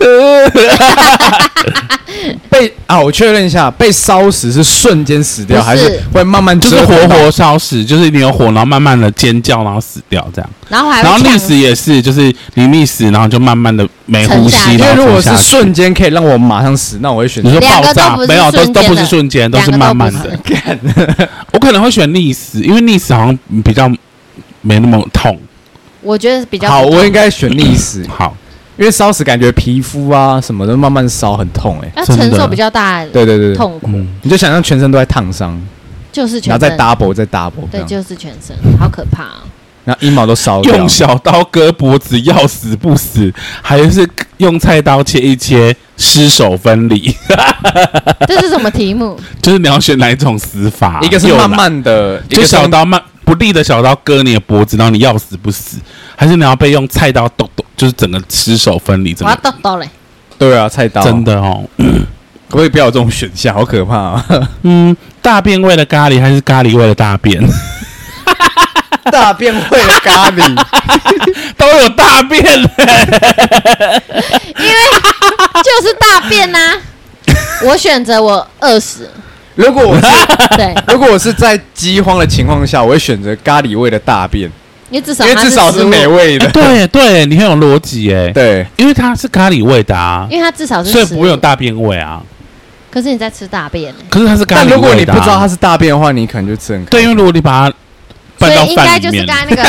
S1: 呃
S2: 好
S3: 被啊，我确认一下，被烧死是瞬间死掉，
S2: 不是
S3: 还是会慢 慢
S1: 就是
S3: 折
S1: 活
S3: 腾到
S1: 活烧死，就是你有火，然后慢慢的尖叫，然后死掉这样。
S2: 然后还会
S1: 然后溺
S2: 呛
S1: 死也是，就是你溺死，然后就慢慢的没呼
S2: 沉下
S1: 吸，
S2: 去
S3: 因
S1: 然
S3: 为
S1: 后
S3: 如果
S1: 沉
S3: 是
S1: 下去
S3: 瞬间可以让我马上死，那我会选
S1: 你说
S3: 择
S2: 两
S1: 爆
S2: 个
S1: 炸
S2: 都不是
S1: 没有，啊都
S2: 瞬
S1: 都
S2: 间
S1: 不是
S2: 的
S1: 瞬间，都
S2: 两
S1: 是
S2: 个都
S1: 慢
S2: 不
S1: 慢
S2: 是
S1: 的。 我可能会选溺死，因为溺死好像比较没那么痛。嗯
S2: 我觉得比较
S3: 好，我应该选溺死，
S1: 好，
S3: 因为烧死感觉皮肤啊什么的慢慢烧很痛哎、
S2: 要
S1: 真的
S2: 承受比较大的
S3: 对对对对，
S2: 痛苦，
S1: 嗯，
S3: 你就想象全身都在烫伤，
S2: 就是全
S3: 然后再
S2: 身，
S3: double 再 double 这
S2: 对，
S3: 样，
S2: 就是全身，好可怕哦。
S3: 然后阴毛都烧掉，
S1: 用小刀割脖子，要死不死，还是用菜刀切一切，尸首分离。
S2: 这是什么题 目？
S1: 就是你要选哪一种死法？
S3: 一个是
S1: 又
S3: 慢
S1: 来
S3: 慢的，一
S1: 就
S3: 个是
S1: 小刀慢不利的小刀割你的脖子，然后你要死不死，还是你要被用菜刀剁剁，就是整个尸首分离，怎
S2: 我要
S1: 么
S2: 痘痘嘞！
S3: 对啊，菜刀
S1: 真的哦？
S3: 可不可以不要有这种选项？好可怕啊！
S1: 嗯，大便为了咖喱还是咖喱为了大便？
S3: 大便会了咖喱，
S1: 都有大便了，
S2: 就是大便呐、我选择我饿死，
S3: 如果我是
S2: 对，
S3: 如果我是在饥荒的情况下，我会选择咖喱味的大便，
S2: 因为至少
S3: 因为
S2: 它
S3: 至少
S2: 食
S3: 是
S2: 物
S3: 美，味的。
S1: 对对，你很有逻辑耶，
S3: 对，
S1: 因为它是咖喱味的啊，
S2: 因为它至少是
S1: 所以
S2: 食
S1: 不会有
S2: 物。
S1: 大便味啊。
S2: 可是你在吃大便、欸
S1: 可是它是咖喱味的、啊，
S3: 但如果你不知道它是大便的话，你可能就吃很
S1: 对，因为如果你把它
S2: 所
S1: 拌到
S2: 以应该
S1: 饭
S2: 就
S1: 里
S2: 是
S1: 面，
S2: 刚才那 个，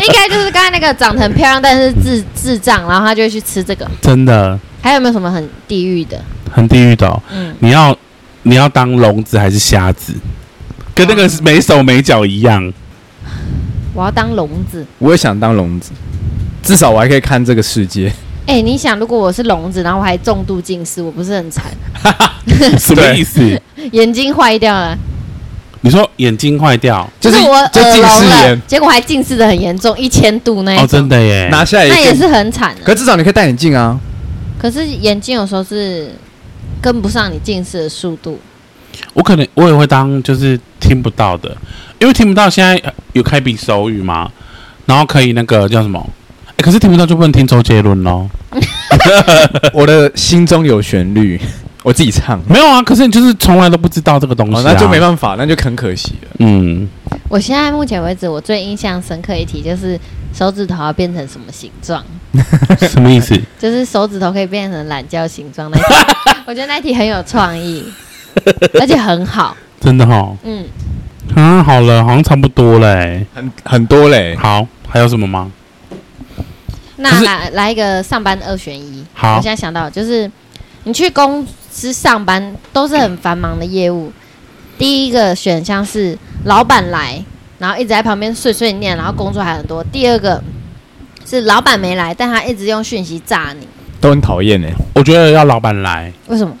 S2: 应该就是刚才那个长得很漂亮但是智智障，然后他就会去吃这个。
S1: 真的
S2: 还有没有什么很地狱的？
S1: 很地狱的哦、
S2: 嗯，
S1: 你要你要当聋子还是瞎子？跟那个没手没脚一样。
S2: 我要当聋子。
S3: 我也想当聋子，至少我还可以看这个 世界。
S2: 哎、你想，如果我是聋子，然后我还重度近视，我不是很惨？ 啊
S1: 什么意思？
S2: 眼睛坏掉了，
S1: 你说眼睛坏掉？
S3: 就是
S2: 我
S3: 就
S2: 耳
S3: 近视
S2: 聋了
S3: 眼，
S2: 结果还近视的很严重，一千度那一种，
S1: 哦，真的耶！
S3: 拿下来
S2: 那
S3: 也
S2: 也
S3: 可以，
S2: 是很惨的、
S3: 哎可至少你可以戴眼镜啊。
S2: 可是眼睛有时候是跟不上你近视的速度，
S1: 我可能我也会当就是听不到的，因为听不到现在呃有开笔手语嘛，然后可以那个叫什么？诶欸可是听不到就不能听周杰伦喽？
S3: 我的心中有旋律， 我自己唱。
S1: 没有啊，可是你就是从来都不知道这个东西、啊
S3: 哦，那就没办法，那就很可惜了。
S1: 嗯，
S2: 我现在目前为止，我最印象深刻一题就是手指头要变成什么形状，
S1: 什么意思？
S2: 就是手指头可以变成懒觉形状那一题， 我觉得那一题很有创意，而且很好，
S1: 真的哈？
S2: 嗯，
S1: 啊，好了，好像差不多嘞。
S3: 很很多嘞，
S1: 好，还有什么吗？可
S2: 那
S1: 是
S2: 来来一个上班二选一。
S1: 好
S2: 我现在想到就是，你去公司上班都是很繁忙的业务。第一个选项是老板来，然后一直在旁边碎碎念，然后工作还很多。第二个是老板没来，但他一直用讯息炸你，
S3: 都很讨厌哎。
S1: 我觉得要老板来，
S2: 为什么？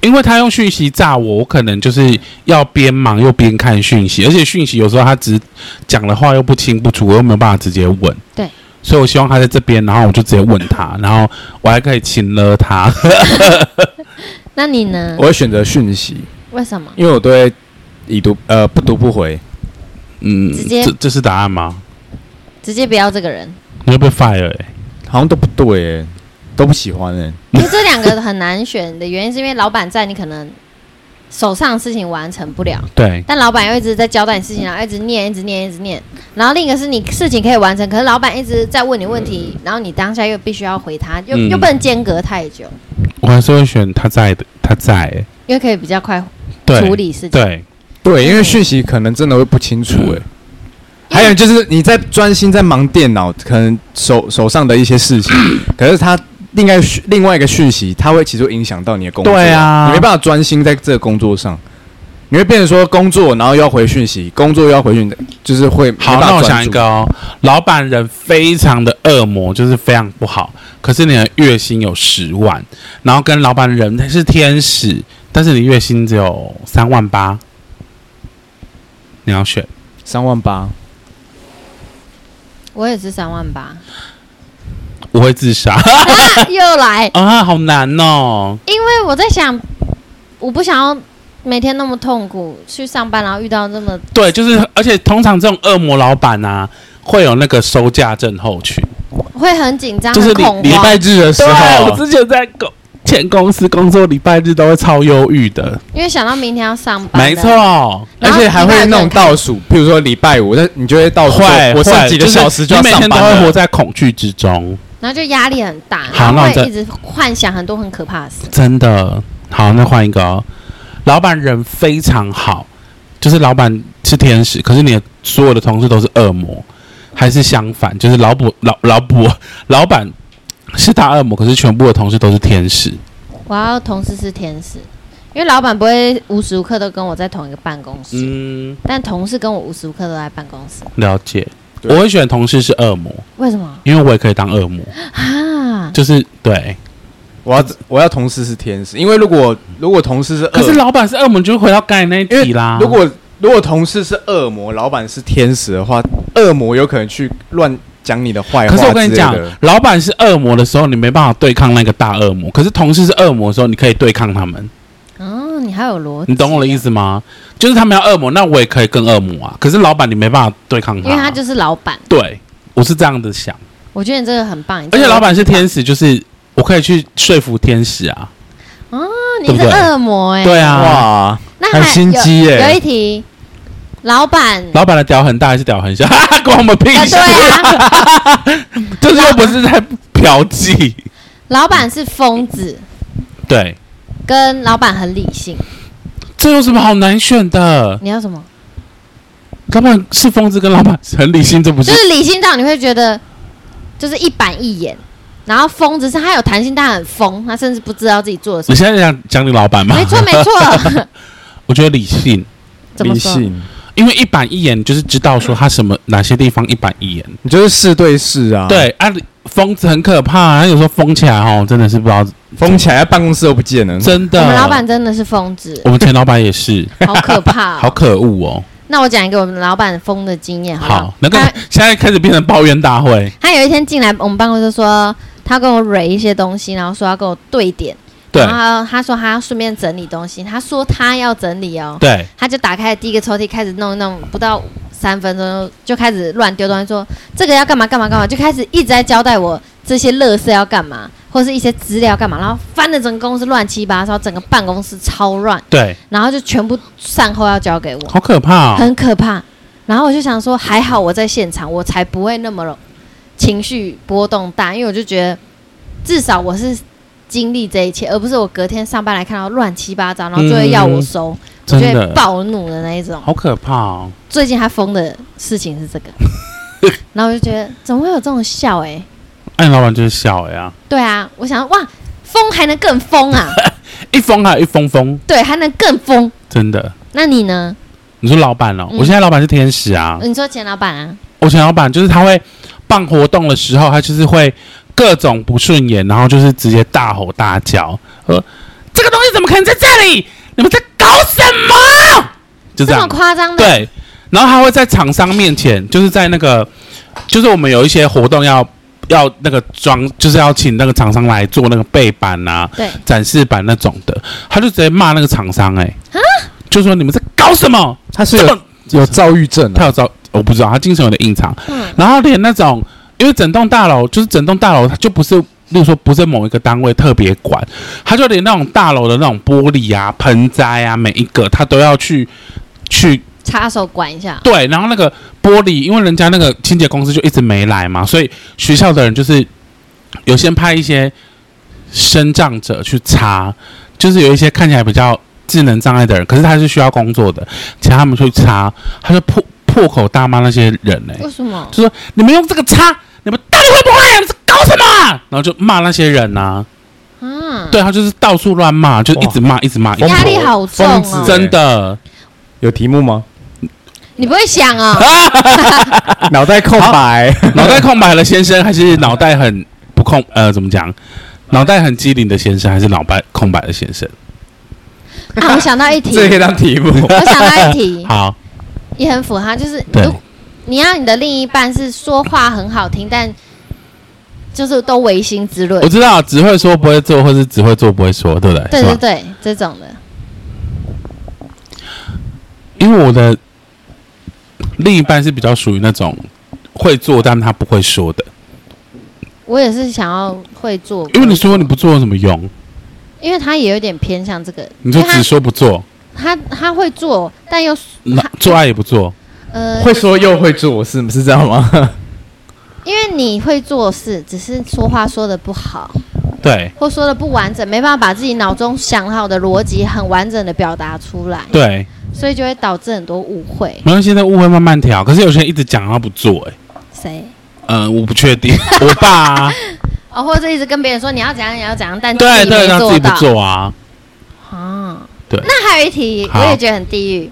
S1: 因为他用讯息炸我，我可能就是要边忙又边看讯息，而且讯息有时候他只讲的话又不清不楚，我又没有办法直接问。
S2: 对，
S1: 所以我希望他在这边，然后我就直接问他，然后我还可以亲了他。
S2: 那你呢
S3: 我？会选择讯息，
S2: 为什么？
S3: 因为我对已读呃不读不回。
S1: 嗯，
S2: 直接
S1: 这这是答案吗？
S2: 直接不要这个 人，
S1: 你会被 fire 哎、
S3: 好像都不对、欸，都不喜欢哎、
S2: 因为这两个很难选的原因是因为老板在，你可能手上的事情完成不了，
S1: 对，
S2: 但老板又一直在交代你事情，啊然后一直念，一直念，一直念。然后另一个是你事情可以完成，可是老板一直在问你问题，然后你当下又必须要回他，又、
S1: 嗯
S2: 又不能间隔太久，
S1: 我还是会选他在的，他在欸
S2: 因为可以比较快
S1: 对
S2: 处理事情。
S1: 对，
S3: 对，因为讯息可能真的会不清楚哎、还有就是你在专心在忙电脑，可能手手上的一些事 情，可是他另外讯另外一个讯息，它会其实会影响到你的工作，
S1: 对啊
S3: 你没办法专心在这个工作上，你会变成说工作，然后又要回讯息，工作又要回讯，就是会
S1: 好，
S3: 没办
S1: 那
S3: 法
S1: 我
S3: 专
S1: 想一
S3: 注
S1: 个哦，老板人非常的恶魔，就是非常不好。可是你的月薪有十万，然后跟老板人他是天使，但是你月薪只有三万八，你要选
S3: 三万八，
S2: 我也是三万 八，
S1: 我会自杀
S2: 又来，
S1: 啊，好难哦。
S2: 因为我在想，我不想要每天那么痛苦去上班，然后遇到这么
S1: 对，就是而且通常这种恶魔老板啊，会有那个收价症候群。
S2: 会很紧张、
S1: 就是
S2: 很
S1: 你
S2: 恐
S1: 礼
S2: 慌，
S1: 拜
S3: 日的
S1: 对，我之前在公前公司工作，礼拜日都会超忧郁的。
S2: 因为想到明天要上班。
S1: 没错，，
S3: 而且还会那种倒数，譬如说礼拜五，那哦你就会倒数说，
S1: 会，
S3: 我剩
S1: 会
S3: 几个小时就要
S1: 是你每
S3: 上
S1: 天都
S3: 班
S1: 会活
S3: 了。
S1: 在恐惧之中，
S2: 然后就压力很大，
S1: 好
S2: 然
S1: 那
S2: 后
S1: 我
S2: 会
S1: 再
S2: 一直幻想很多很可怕的事。
S1: 真的。好，那换一个、哦，老板人非常好，就是老板是天使，可是你的所有的同事都是恶魔，还是相反，就是老补老老补老板是大恶魔，可是全部的同事都是天使。
S2: 我要同事是天使，因为老板不会无时无刻都跟我在同一个办公室，
S1: 嗯，
S2: 但同事跟我无时无刻都在办公室，
S1: 了解。
S3: 对
S1: 我会选同事是恶魔，
S2: 为什么
S1: 因为我也可以当恶魔，
S2: 啊？
S1: 就是对。
S3: 我要我要同事是天使，因为如果如果同事是恶，
S1: 可是老板是恶魔，就回到刚才那一
S3: 因为
S1: 题啦。
S3: 如果如果同事是恶魔，老板是天使的话，恶魔有可能去乱讲你的坏
S1: 可
S3: 话。
S1: 是我跟你讲，老板是恶魔的时候，你没办法对抗那个大恶魔；可是同事是恶魔的时候，你可以对抗他们。
S2: 哦，你还有逻辑，
S1: 你懂我的意思吗？就是他们要恶魔，那我也可以更恶魔啊。可是老板你没办法对抗他，
S2: 因为他就是老板。
S1: 对我是这样子想。
S2: 我觉得你这个很棒，
S1: 而且老板是天
S2: 使，
S1: 使，就是我可以去说服天使啊。
S2: 哦
S1: 对
S2: 你
S1: 不
S2: 是
S1: 对
S2: 恶魔哎、
S1: 对啊，
S3: 哇，
S2: 那
S3: 很
S2: 还
S3: 心机耶
S2: 有有一题，老板，
S1: 老板的屌很大还是屌很小？哈哈，关我们屁
S2: 啊
S1: 事！
S2: 对啊，
S1: 就是又不是在嫖妓。
S2: 老板是疯子，
S1: 对，
S2: 跟老板很理性，
S1: 这有什么好难选的？
S2: 你要什么？
S1: 老板是疯子跟老板很理性，这不是
S2: 就是理性到你会觉得就是一板一眼，然后疯子是他有弹性，但很疯，他甚至不知道自己做了什
S1: 你
S2: 么。
S1: 现在想讲你老 板吗？
S2: 没错没错，
S1: 我觉得理性，
S2: 怎么说？，
S1: 因为一板一眼你就是知道说他什么哪些地方一板一眼。
S3: 你就是事对事啊。，
S1: 对啊，疯子很可怕、他有时候疯起来哦，真的是不知道，
S2: 嗯
S3: 疯起来在办公室都不见了。
S1: 真
S2: 我
S1: 的。
S2: 们老板，真的是疯子，
S1: 啊我们前老板也是，
S2: 好可怕、
S1: 好
S2: 哦。
S1: 可恶哦。
S2: 那我讲一个我们老板疯的经验，好啊不
S1: 好
S2: 好，？
S1: 那个
S2: 他
S1: 现在开始变成抱怨大会，
S2: 他有一天进来我们办公室说，他跟我蕊一些东西，然后说要跟我对点，
S1: 对
S2: 然后他说他要顺便整理东西，他说他要整理哦，
S1: 对，
S2: 他就打开了第一个抽屉，开始弄一弄，不到三分钟就开始乱丢东西，说这个要干嘛干嘛干嘛，就开始一直在交代我这些乐色要干嘛，或是一些资料干嘛，然后翻的整个公司乱七八糟，整个办公室超乱，
S1: 对，
S2: 然后就全部善后要交给我，
S1: 好可怕哦。
S2: 很可怕。然后我就想说，还好我在现场，我才不会那么情绪波动大，因为我就觉得至少我是经历这一切，而不是我隔天上班来看到乱七八糟，然后就会要我收，我
S1: 真
S2: 就
S1: 的
S2: 会暴怒的那一种。
S1: 好可怕哦！
S2: 最近他疯的事情是这 个，然后我就觉得怎么会有这种笑哎、
S1: 哎，老板就是笑哎呀，
S2: 对啊，我想哇，疯还能更 疯啊，
S1: 一疯还有一疯疯，
S2: 对，还能更疯。
S1: 真的。
S2: 那你呢？
S1: 你说老板哦，
S2: 嗯
S1: 我现在老板是天使啊，
S2: 你说钱老板啊，
S1: 我前老板就是他会办活动的时候，他就是会各种不顺眼，然后就是直接大吼大叫，说这个东西怎么可能在这里？你们在搞什么？就这
S2: 这么
S1: 样，
S2: 夸张的，
S1: 对。然后他会在厂商面前，就是在那个，就是我们有一些活动要要那个装，就是要请那个厂商来做那个背板啊、
S2: 对
S1: 展示板那种的，他就直接骂那个厂商、欸，
S2: 啊
S1: 哎，就说你们在搞什么？
S3: 他是
S1: 这
S3: 有
S1: 么
S3: 有躁郁症啊
S1: 他，有招，我不知道他精神有点异常。
S2: 嗯
S1: 然后连那种，因为整栋大楼就是整栋大楼，它就不是例如说不是某一个单位特别管，他就连那种大楼的那种玻璃啊、盆栽啊，每一个他都要去去
S2: 插手管一下，
S1: 对，然后那个玻璃，因为人家那个清洁公司就一直没来嘛，所以学校的人就是有先派一些身障者去擦，就是有一些看起来比较智能障碍的人，可是他是需要工作的，请他们去擦，他就破破口大骂那些人呢、
S2: 为什么？
S1: 就说你们用这个擦，你们到底会不会？你们是搞什么啊？然后就骂那些人呐、
S2: 嗯，
S1: 对他就是到处乱骂，就一直骂，一直骂，一直
S2: 压力
S1: 骂
S2: 好重
S3: 疯子
S2: 哦，
S1: 真的。
S3: 有题目吗？
S2: 你不会 想啊、
S3: 啊脑袋空白，
S1: 脑袋空白的先生，还是脑袋很不空？呃，怎么讲？脑袋很机灵的先生，还是脑白空白的先生？
S2: 啊！我想到一题，
S3: 这个可以当题目。
S2: 我想到一 题，
S1: 好，
S2: 也很符合，就是
S1: 对
S2: 如你要你的另一半是说话很好听，但就是都唯心之论
S1: 我，知道只会说不会做，或是只会做不会说，对不对？
S2: 对
S1: 是
S2: 对
S1: 吧
S2: 对，这种的，
S1: 因为我的另一半是比较属于那种会做，但他不会说的。
S2: 我也是想要会做，
S1: 因为你说你不做有什么用？
S2: 因为他也有点偏向这个，
S1: 你就
S2: 因为
S1: 只说不做，
S2: 他他他会做，但又
S1: 那
S2: 他
S1: 做爱也不做。
S2: 呃，
S3: 会说又会做，是是这样吗？
S2: 因为你会做事，只是说话说的不好，
S1: 对
S2: 或说的不完整，没办法把自己脑中想好的逻辑很完整的表达出来，
S1: 对，
S2: 所以就会导致很多误会。
S1: 没关系，那误会慢慢调。可是有些人一直讲他不做、欸，
S2: 谁？
S1: 嗯，我不确 定，我爸、啊，
S2: 哦，或者一直跟别人说你要怎样，你要怎样，但
S1: 对
S2: 自己
S1: 对，
S2: 没
S1: 他自
S2: 做
S1: 己不
S2: 到。
S1: 做啊，
S2: 啊，
S1: 对
S2: 那还有一题，
S1: 好
S2: 我也觉得很地狱。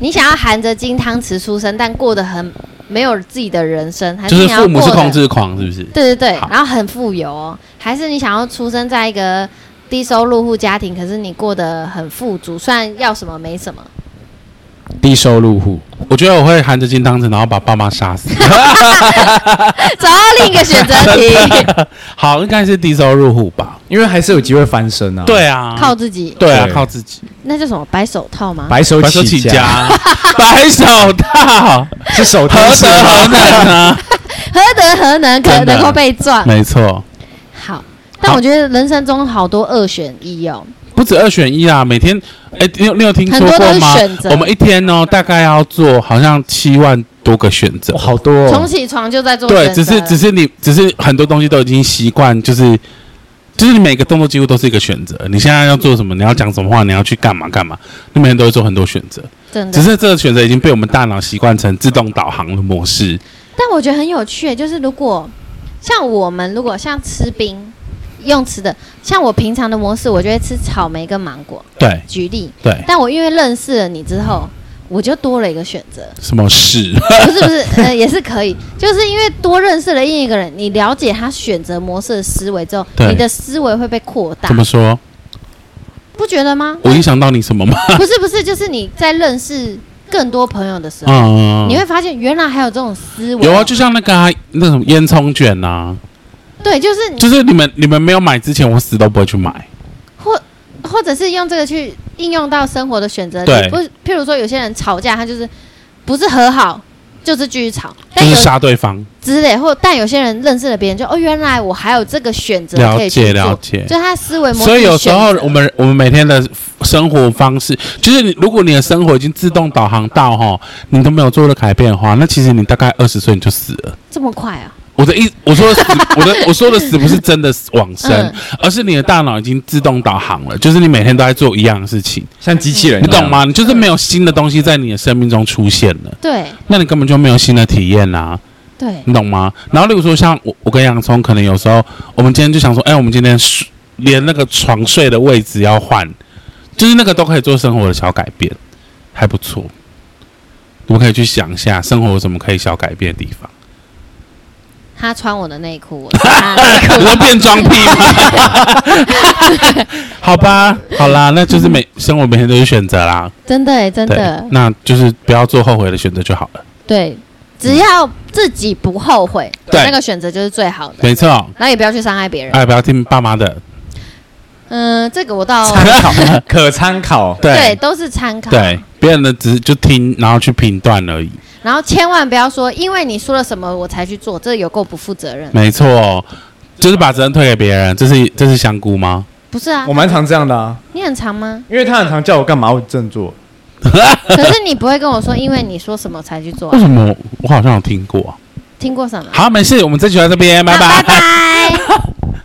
S2: 你想要含着金汤匙出生，但过得很没有自己的人生，还
S1: 就是
S2: 啊你要
S1: 父母是
S2: 过得
S1: 控制狂，是不是？
S2: 对对对
S1: 好，
S2: 然后很富有、哦，还是你想要出生在一个低收入户家庭，可是你过得很富足，虽然要什么没 什么，
S3: 低收入户，
S1: 我觉得我会含着金汤匙，然后把爸妈杀 死。
S2: 找到另一个选择 题，
S1: 好，应该是低收入户吧？
S3: 因为还是有机会翻身啊。，
S1: 对啊，
S2: 嗯靠自己，
S1: 对啊，
S3: 对
S1: 靠自己，
S2: 那叫什么白手套吗？
S3: 白手
S1: 白手起 家，白手套，
S3: 是手
S1: 何
S3: 天使
S1: 德何
S3: 吗？
S1: 能啊呢？
S2: 何德何能，可
S1: 真的
S2: 能够被赚？
S1: 没错，
S2: 好，但
S1: 好
S2: 我觉得人生中好多二选一哦，
S1: 不止二选一啊！每天，哎，你有你有听说
S2: 很多
S1: 过
S2: 都是
S1: 吗
S2: 选择？
S1: 我们一天哦，大概要做好像七万多个选择
S3: 哇，。好多哦
S2: 从起床就在做
S1: 对，
S2: 选择
S1: 只是只是你，只是很多东西都已经习惯，就是就是你每个动作几乎都是一个选择。你现在要做什么？你要讲什么话？你要去干嘛干嘛？你每天都会做很多选择。
S2: 真的
S1: 只。是这个选择已经被我们大脑习惯成自动导航的模式。
S2: 但我觉得很有趣，就是如果像我们如果像吃冰用吃的，像我平常的模式，我就会吃草莓跟芒果。
S1: 对
S2: 举例，
S1: 对，
S2: 但我因为认识了你之后，我就多了一个选择，
S1: 什么 事？
S2: 不是 不是，呃，也是可以，就是因为多认识了另一个人，你了解他选择模式的思维之后，
S1: 对
S2: 你的思维会被扩大
S1: 怎，么说？
S2: 不觉得吗？
S1: 我影响到你什么吗？
S2: 不是不是，就是你在认识更多朋友的时候，
S1: 嗯，
S2: 你会发现原来还有这种思维，
S1: 有啊，就像那个、啊、那什么烟囱卷啊，
S2: 对，就是你
S1: 就是你们你们没有买之前，我死都不会去买。
S2: 或或者是用这个去应用到生活的选择，
S1: 对
S2: 你不，譬如说有些人吵架，他就是不是和好，就是继续吵，
S1: 就
S2: 但
S1: 是
S2: 有
S1: 杀对方，
S2: 之类，或但有些人认识了别人就，哦，原来我还有这个选择
S1: 了
S2: 可以去
S1: 解
S2: 做，
S1: 了解。
S2: 就他思维模式。
S1: 所以有时候我们我们每天的生活方式，就是你如果你的生活已经自动导航到哈，你都没有做了改变的话，那其实你大概二十岁你就死了。
S2: 这么快啊，
S1: 我的意，我说的死， 我的我说的死不是真的往生，
S2: 嗯
S1: 而是你的大脑已经自动导航了，就是你每天都在做一样的事情，
S3: 像机器人，
S1: 你懂？
S2: 嗯
S1: 吗？你就是没有新的东西在你的生命中出现了，
S2: 对
S1: 那你根本就没有新的体验啦、啊
S2: 对，
S1: 你懂吗？然后例如说像我，我跟洋葱可能有时候，我们今天就想说，哎、我们今天睡连那个床睡的位置要换，就是那个都可以做生活的小改变，还不错。你们可以去想一下，生活有什么可以小改变的地 方？
S2: 他穿我的内裤，我穿他的内
S1: 你
S2: 裤
S1: 说变装癖 吗？好吧，好啦，那就是每生活每天都是选择啦，
S2: 真的耶真
S1: 对
S2: 的，
S1: 那就是不要做后悔的选择就好了。
S2: 对，只要自己不后悔，
S1: 嗯对
S2: 那个选择就是最好的，
S1: 没错，
S2: 然后也不要去伤害别人。
S1: 哎，不要听爸妈的，
S2: 嗯，这个 我到
S3: 参考可参考，
S2: 对都是参考，
S1: 对，别人的只是就听，然后去评断而已。
S2: 然后千万不要说因为你说了什么我才去做，这有够不负责任。
S1: 没错，就是把责任推给别人，这是这是香菇吗？
S2: 不是啊
S3: 我，蛮常这样的啊，
S2: 你很长吗？
S3: 因为他很常叫我干嘛，我振作。
S2: 可是你不会跟我说，因为你说什么才去做啊
S1: 为？什么我我好像有听过啊？
S2: 听过什么？
S1: 好，没事，我们这局到这边，拜
S2: 好
S1: 拜。
S2: 拜拜。